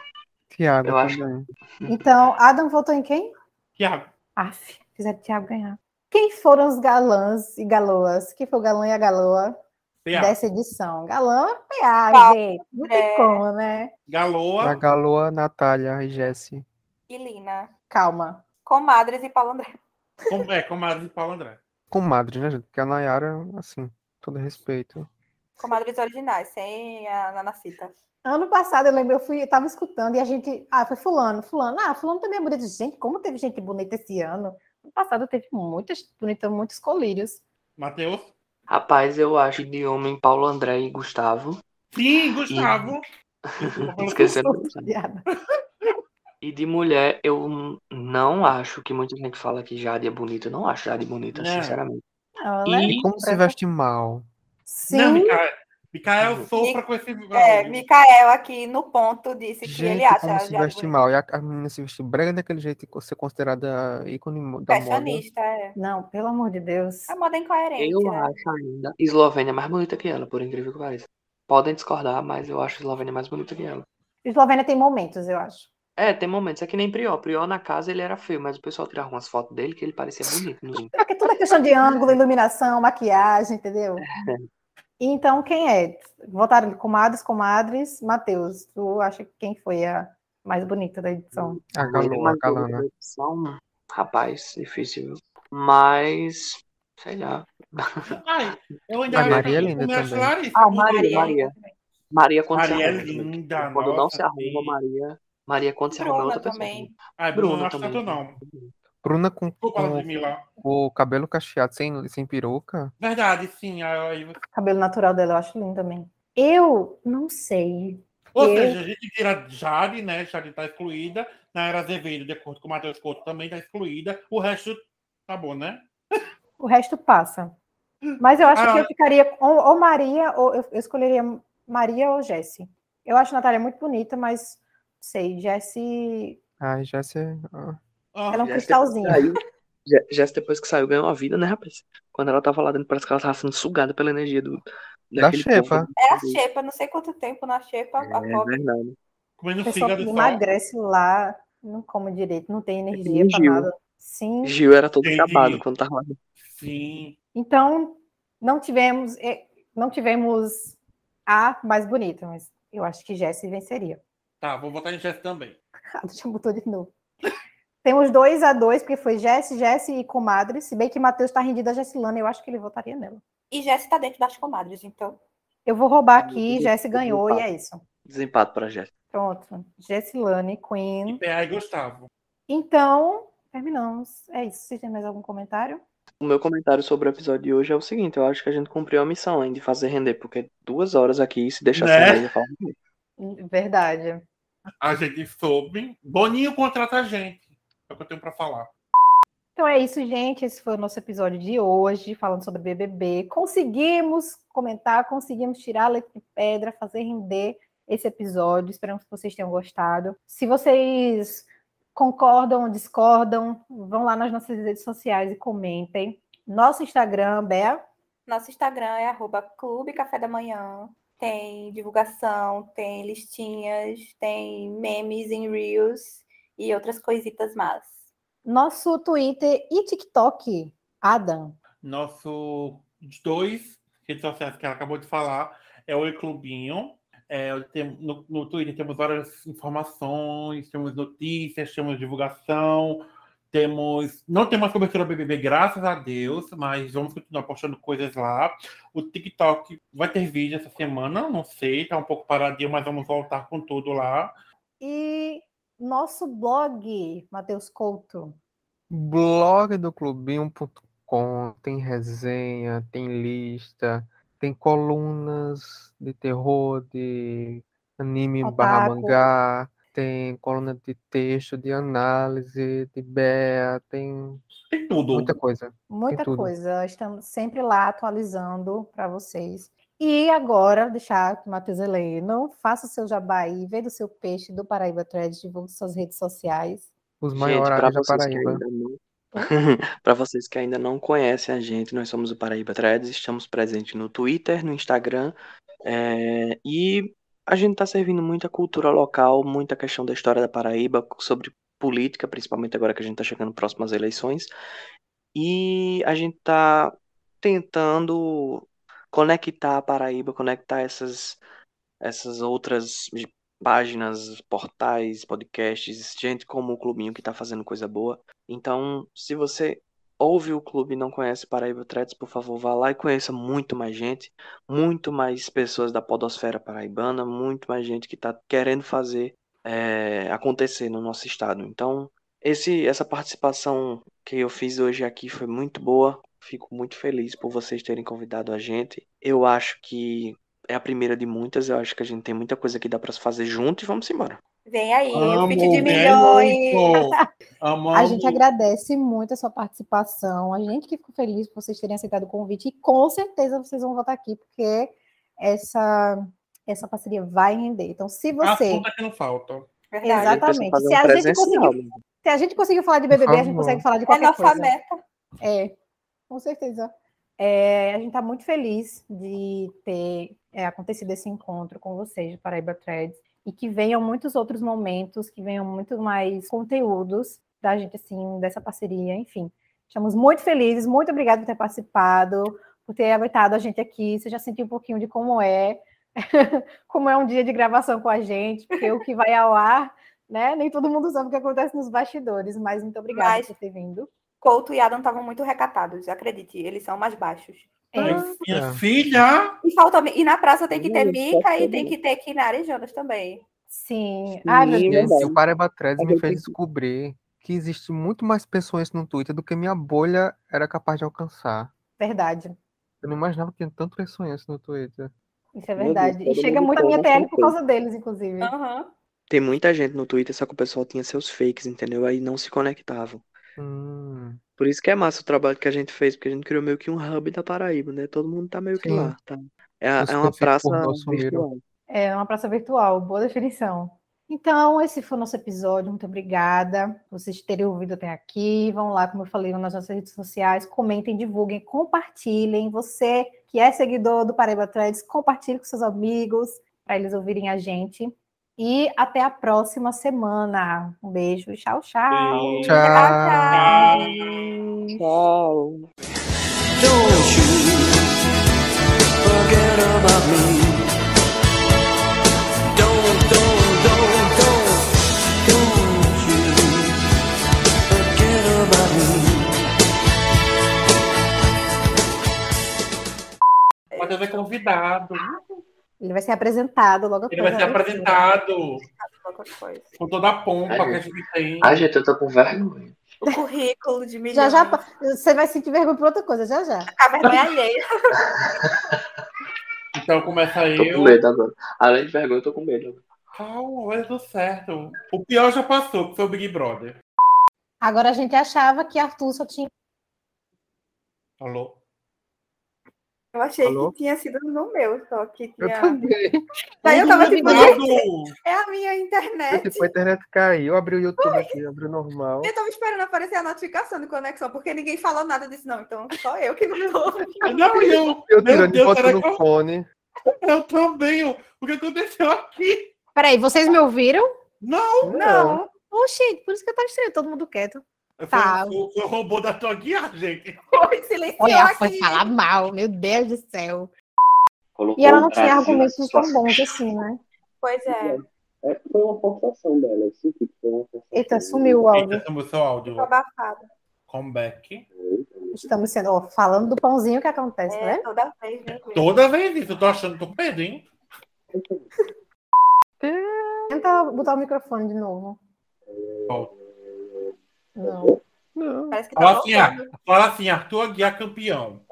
Tiago
Eu acho-
também.
Então, Adam votou em quem?
Tiago.
Aff, fizeram o Thiago ganhar. Quem foram os galãs e galoas? Quem foi o galã e a galoa
Tiago.
dessa edição? Galã, PA,
Paulo
gente. Não
André.
tem como, né?
Galoa.
A Galoa, Natália e Jesse.
E Lina.
Calma.
Comadres e Paulo André.
Com, é, comadre de Paulo André.
Comadre, né, gente? Porque a Nayara, assim, todo respeito.
Comadres originais, sem a Nanacita.
Ano passado, eu lembro, eu fui, eu tava escutando e a gente. Ah, foi fulano, fulano. Ah, fulano também é bonito. Gente, como teve gente bonita esse ano? Ano passado teve muitas bonitas, muitos colírios.
Matheus.
Rapaz, eu acho de homem Paulo André e Gustavo.
Sim, Gustavo.
Esquecendo.
Piada.
E de mulher, eu n- não acho que muita gente fala que Jade é bonita. Eu não acho Jade bonita,
Não.
sinceramente.
Não, né?
E
Como se veste mal.
Sim,
Não, Micael. Micael sofra com esse.
É, Mikael aqui no ponto disse que ele
Gente,
acha
como se
Jade
veste
bonita.
mal. E a, a menina se vestiu brega daquele jeito e ser considerada ícone mo- da moda.
Fashionista, é.
não, pelo amor de Deus.
A moda é incoerente.
eu
né?
acho ainda Eslovênia mais bonita que ela, por incrível que pareça. Podem discordar, mas eu acho Eslovênia mais bonita que ela.
Eslovênia tem momentos, eu acho.
É, tem momentos. É que nem Prió. Prió na casa ele era feio, mas o pessoal tirava umas fotos dele que ele parecia bonito. né? No Zoom.
Porque tudo é questão de ângulo, iluminação, maquiagem, entendeu? E Então, quem é? Votaram de comadres, comadres. Matheus, tu acha que quem foi a mais bonita da edição?
A Galoa, a
Mas
né?
Galana.
outra opção, né? um Rapaz, difícil. viu? Mas, sei lá.
Ai, eu ainda
A
acho-
Maria é linda
eu acho
também.
Larissa.
Ah, Maria, Maria. Maria quando se
Maria é
arruma. gente.
linda.
Quando não
nossa,
se arruma,
sim.
Maria. Maria quando se arruma é
Bruna
outra pessoa.
também.
Ai, Bruno,
Bruno
não acho
também.
tanto não.
Bruna com,
Desculpa,
Então,
com-
assim.
Ludmilla.
com o cabelo cacheado sem, sem peruca.
Verdade, sim. Aí, aí-
O cabelo natural dela eu acho lindo também. Eu não sei.
Ou
Eu-
seja, a gente tira Jade, né? Jade tá excluída. Na Era Azevedo, de acordo com o Matheus Couto, também tá excluída. O resto tá bom, né?
O resto passa. Mas eu acho
Ah.
que eu ficaria com ou, ou Maria, ou eu, eu escolheria Maria ou Jesse. Eu acho a Natália muito bonita, mas não sei, Jesse.
Ai, Jesse. ah,
Ah,
Ela é um
Jesse-
cristalzinho.
Saiu. Je- Jess, depois que saiu, ganhou a vida, né, rapaz? Quando ela tava lá dentro, parece que ela tava sendo sugada pela energia do,
Da
daquele
Xepa.
povo.
É a Xepa, não sei quanto tempo na Xepa, a
É
pobre.
verdade.
O
Comendo
pessoal
fígado tá
que
só.
emagrece lá, não come direito, não tem energia para
Gil.
nada. Sim.
Gil era todo
Entendi.
acabado quando tava lá.
Sim.
Então, não tivemos, eh, não tivemos a mais bonita, mas eu acho que Jesse venceria.
Tá, vou botar em Jess também.
Ah, já botou de novo. Temos dois a dois, porque foi Jesse, Jesse e Comadre. Se bem que Matheus está rendido a Jessilana, eu acho que ele votaria nela.
E Jéssica tá dentro das comadres, então.
Eu vou roubar
Ah, meu
aqui,
Deus,
Jesse
eu
ganhou
vou
e é isso.
Desempate pra Jess.
Pronto. Jessilane, Queen.
IPA e Gustavo.
Então, terminamos. É isso. Vocês têm mais algum comentário?
O meu comentário sobre o episódio de hoje é o seguinte: eu acho que a gente cumpriu a missão hein, de fazer render, porque duas horas aqui, se deixar
Né?
sem mesa, fala.
Verdade.
A gente soube. Boninho contrata a gente. É o que eu tenho pra falar.
Então é isso, gente. Esse foi o nosso episódio de hoje, falando sobre BBB. Conseguimos comentar, conseguimos tirar a letra de pedra, fazer render esse episódio. Esperamos que vocês tenham gostado. Se vocês concordam, discordam, vão lá nas nossas redes sociais e comentem. Nosso Instagram, Bea.
Nosso Instagram é arroba Clube Café da Manhã. Tem divulgação, tem listinhas, tem memes em Reels e outras coisitas más.
Nosso Twitter e TikTok, Adam.
Nosso os dois redes sociais que ela acabou de falar é o E-Clubinho. É, eu tenho- no, no Twitter temos várias informações, temos notícias, temos divulgação, Temos, não tem mais cobertura do BBB, graças a Deus, mas vamos continuar postando coisas lá. O TikTok vai ter vídeo essa semana, não sei, tá um pouco paradinho, mas vamos voltar com tudo lá.
E nosso blog, Matheus Couto.
Blog do Clubinho.com tem resenha, tem lista, tem colunas de terror, de anime barra
Otaku.
mangá, tem coluna de texto, de análise, de BEA, tem
Tem tudo.
muita coisa.
Muita
tudo.
coisa. Estamos sempre lá atualizando para vocês. E agora, deixar que o Matheus Heleno faça o seu jabá aí, venda o seu peixe do Paraíba Thread, divulgue suas redes sociais.
Os
Gente, para
maiores da
vocês que
Paraíba.
ainda não. Para vocês que ainda não conhecem a gente, nós somos o Paraíba Threads, estamos presentes no Twitter, no Instagram, é, e a gente está servindo muita cultura local, muita questão da história da Paraíba, sobre política, principalmente agora que a gente está chegando próximo às eleições, e a gente está tentando conectar a Paraíba, conectar essas, essas outras páginas, portais, podcasts, gente como o Clubinho que está fazendo coisa boa. Então, se você ouve o clube e não conhece Paraíba Threads, por favor, vá lá e conheça muito mais gente, muito mais pessoas da podosfera paraibana, muito mais gente que está querendo fazer é, acontecer no nosso estado. Então, esse, essa participação que eu fiz hoje aqui foi muito boa. Fico muito feliz por vocês terem convidado a gente. Eu acho que é a primeira de muitas. Eu acho que a gente tem muita coisa que dá para fazer junto e vamos embora.
Vem aí, o
Amo,
feed de
vem
milhões.
muito. Amo,
A gente
amo.
agradece muito a sua participação, a gente que ficou feliz por vocês terem aceitado o convite e com certeza vocês vão voltar aqui porque essa essa parceria vai render. Então, se você
Assunto é que não falta.
A gente
Verdade.
precisa
Exatamente.
fazer
Se a
um
gente
presencial,
conseguir-
né?
se a gente conseguiu falar de BBB, a gente
favor.
consegue falar de
É
qualquer
nossa
coisa.
meta.
É, com certeza. É, a gente está muito feliz de ter é, acontecido esse encontro com vocês de Paraíba Threads e que venham muitos outros momentos, que venham muito mais conteúdos da gente, assim, dessa parceria, enfim. Estamos muito felizes, muito obrigada por ter participado, por ter aguentado a gente aqui. Você já sentiu um pouquinho de como é, como é um dia de gravação com a gente, porque o que vai ao ar, né? Nem todo mundo sabe o que acontece nos bastidores, mas muito obrigada
Mas-
por ter vindo.
Couto e Adam estavam muito recatados, acredite, eles são mais baixos.
É.
Minha- Minha
Ah.
filha,
E, falta, e na praça tem que ter
Hum,
Mica e
bacana.
tem que ter Kinara e Jonas também.
Sim. Ai, meu
Sim,
Deus.
Gente, assim, o Paraíba Threads
Mas
me
eu
fez
preciso-
descobrir que existe muito mais pessoas no Twitter do que minha bolha era capaz de alcançar.
Verdade.
Eu não imaginava que tinha tanto pessoas no Twitter.
Isso é
Meu Deus,
verdade.
todo
e chega
mundo assim,
muito a minha
tem uma
TL por
certeza.
causa deles, inclusive.
Ah.
Aham.
Tem muita gente no Twitter, só que o pessoal tinha seus fakes, entendeu? Aí não se conectavam.
Hum,
Por isso que é massa o trabalho que a gente fez, porque a gente criou meio que um hub da Paraíba, né? Todo mundo tá meio que
Sim.
lá, tá? É, a-
Os
é uma
perfis
praça
pornô sumiram.
virtual.
É uma praça virtual, boa definição. Então, esse foi o nosso episódio. Muito obrigada por vocês terem ouvido até aqui. Vão lá, como eu falei, nas nossas redes sociais, comentem, divulguem, compartilhem. Você que é seguidor do Paraíba Threads, compartilhe com seus amigos para eles ouvirem a gente. E até a próxima semana. Um beijo e tchau, tchau.
Beijo.
Tchau.
Tchau, tchau.
Tchau.
Don't you forget about me. Don't, don't, don't, don't, don't you forget about me.
Matheus é convidado.
Ele vai ser apresentado logo
Ele vai ser
após né? a abertura.
apresentado
Qualquer coisa.
com toda a pompa
Sério?
que a gente tem.
Ai, gente, eu tô com vergonha.
O currículo de milhões.
Já já, pa- você vai sentir vergonha por outra coisa, já já.
A vergonha alheia.
Então começa
Tô com
eu.
medo agora. Além de vergonha, eu tô com medo agora.
Calma, vai dar tudo certo. O pior já passou, que foi o Big Brother.
Agora a gente achava que Arthur só tinha.
Alô?
Eu achei
Alô?
que tinha sido no meu, só que
eu
tinha.
também.
Daí eu tava tipo,
Obrigado.
gente,
Obrigado!
é a minha
Eu,
internet.
tipo, a internet caiu, abri o YouTube aqui, abri o normal.
Eu tava esperando aparecer a notificação de conexão, porque ninguém falou nada disso, não. Então só eu que não tô.
Não, e eu.
Eu
Meu
tirando
Deus,
foto
será
no
que eu,
fone.
eu também. eu- O que aconteceu aqui?
Peraí, vocês me ouviram?
Não!
Não. Oxi, por isso que eu tava estranho, todo mundo quieto.
Foi,
Tá.
foi, foi o robô da tua guia, gente.
Foi silenciou
Olha,
aqui.
foi falar mal, meu Deus do céu.
Colocou
E ela
o
não tá tinha
Brasil na
argumentos tão
situação.
bons assim, né?
Pois é.
É, foi uma forçação dela, eu senti que foi uma forçação.
Eita, sumiu o áudio.
Eita, sumiu seu áudio.
Ficou abafado.
Comeback.
Estamos sendo, ó, falando do pãozinho que acontece,
É,
né?
toda vez, né?
Toda vez isso, eu tô achando que tô perdido, hein?
Tenta botar o microfone de novo.
Ó,
Não.
Não.
Parece que tá
Fala assim,
voltando.
ah, fala assim, Arthur Aguiar campeão.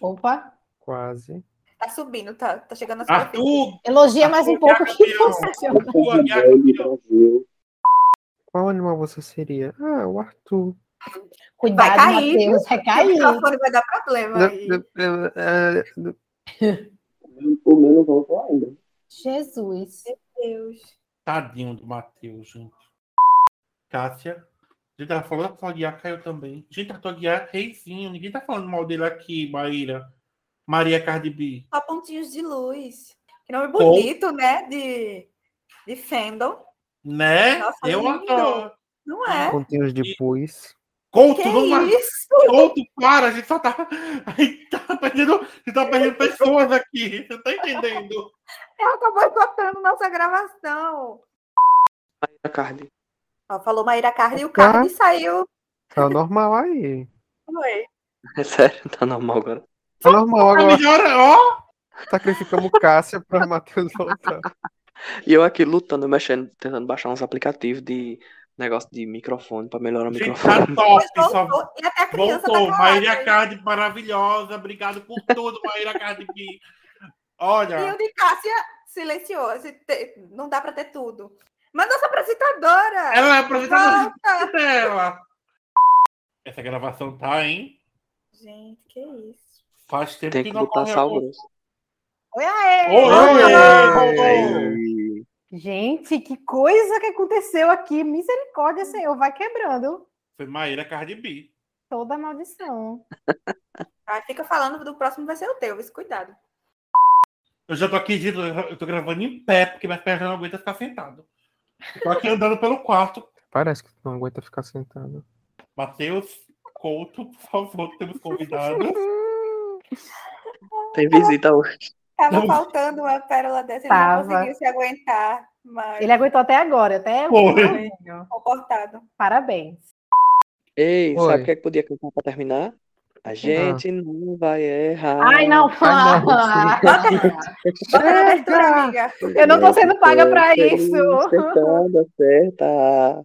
Opa.
Quase.
Tá subindo, tá, tá chegando a
Arthur,
Elogia mais um pouco que
Campeão.
assim.
funciona.
Boa, Gabi.
Futebol de então, assim. Brasil.
Qual animal você seria? Ah, o Arthur.
Cuidado,
Vai cair.
Matheus. Vai
O
cair.
microfone vai dar problema. aí.
É, é, é,
O meu não voltou ainda.
Jesus.
Deus.
tadinho do Matheus, gente. Cássia. Gente, ela falou que Arthur Aguiar caiu também. Gente, Arthur Aguiar, é reizinho. Ninguém tá falando mal dele aqui, Maíra. Maria Cardi B.
Só pontinhos de luz. Que nome
Bom.
bonito, né? De, de fandom.
Né?
Nossa,
eu
lindo.
adoro.
Não é?
Pontinhos de pus.
Couto,
Que
vamos lá.
isso?
Couto, para. A gente só tá... A gente tá perdendo, a gente tá perdendo pessoas aqui. Você tá entendendo?
Ela tá boicotando nossa gravação.
Cardi.
Ó, falou Maíra Cardi e o Cardi saiu.
Tá o normal aí.
Oi.
É sério, tá normal agora.
Tá normal
A
agora.
melhor... é, Ó!
Sacrificamos Cássia pra Matheus voltar.
E eu aqui lutando, mexendo, tentando baixar uns aplicativos de negócio de microfone pra melhorar o
Gente, tá
microfone.
top.
Mas
Só
voltou. E até a criança tá
Voltou,
calada
Maíra
aí.
Cardi maravilhosa, obrigado por tudo, Maíra Cardi. B.
E
Olha,
o de Cássia silenciou. esse te- Não dá pra ter tudo. Mas nossa apresentadora!
ela é apresentadora
Volta!
dela. Essa gravação tá, hein?
Gente, que isso.
Faz tempo
Tem
que
que
não
botar
ocorre
sal
algum-
grosso.
Oi, aê.
Oi,
É
Ei,
oi, oi.
Gente, que coisa que aconteceu aqui. Misericórdia, Senhor. Vai quebrando
Foi Maíra Cardi B.
toda a maldição.
Aí fica falando do próximo vai ser o teu, isso, cuidado.
Eu já tô aqui, gente, eu tô gravando em pé, porque minhas pernas não aguentam ficar sentado. Eu Tô aqui andando pelo quarto.
Parece que tu não aguenta ficar sentado.
Matheus Couto, por favor, temos convidado.
Tem visita hoje.
Tava
Não.
faltando uma pérola dessa, ele
Tava.
não conseguiu se aguentar, mas
Ele aguentou até agora, até.
Foi.
comportado.
Parabéns.
Ei,
Oi.
sabe o que é que podia cantar pra terminar? A gente não vai errar.
Ai, não.
Ai, não.
Ah,
Bota na abertura, amiga.
Eu não tô sendo paga pra isso.
tá Tentando acertar.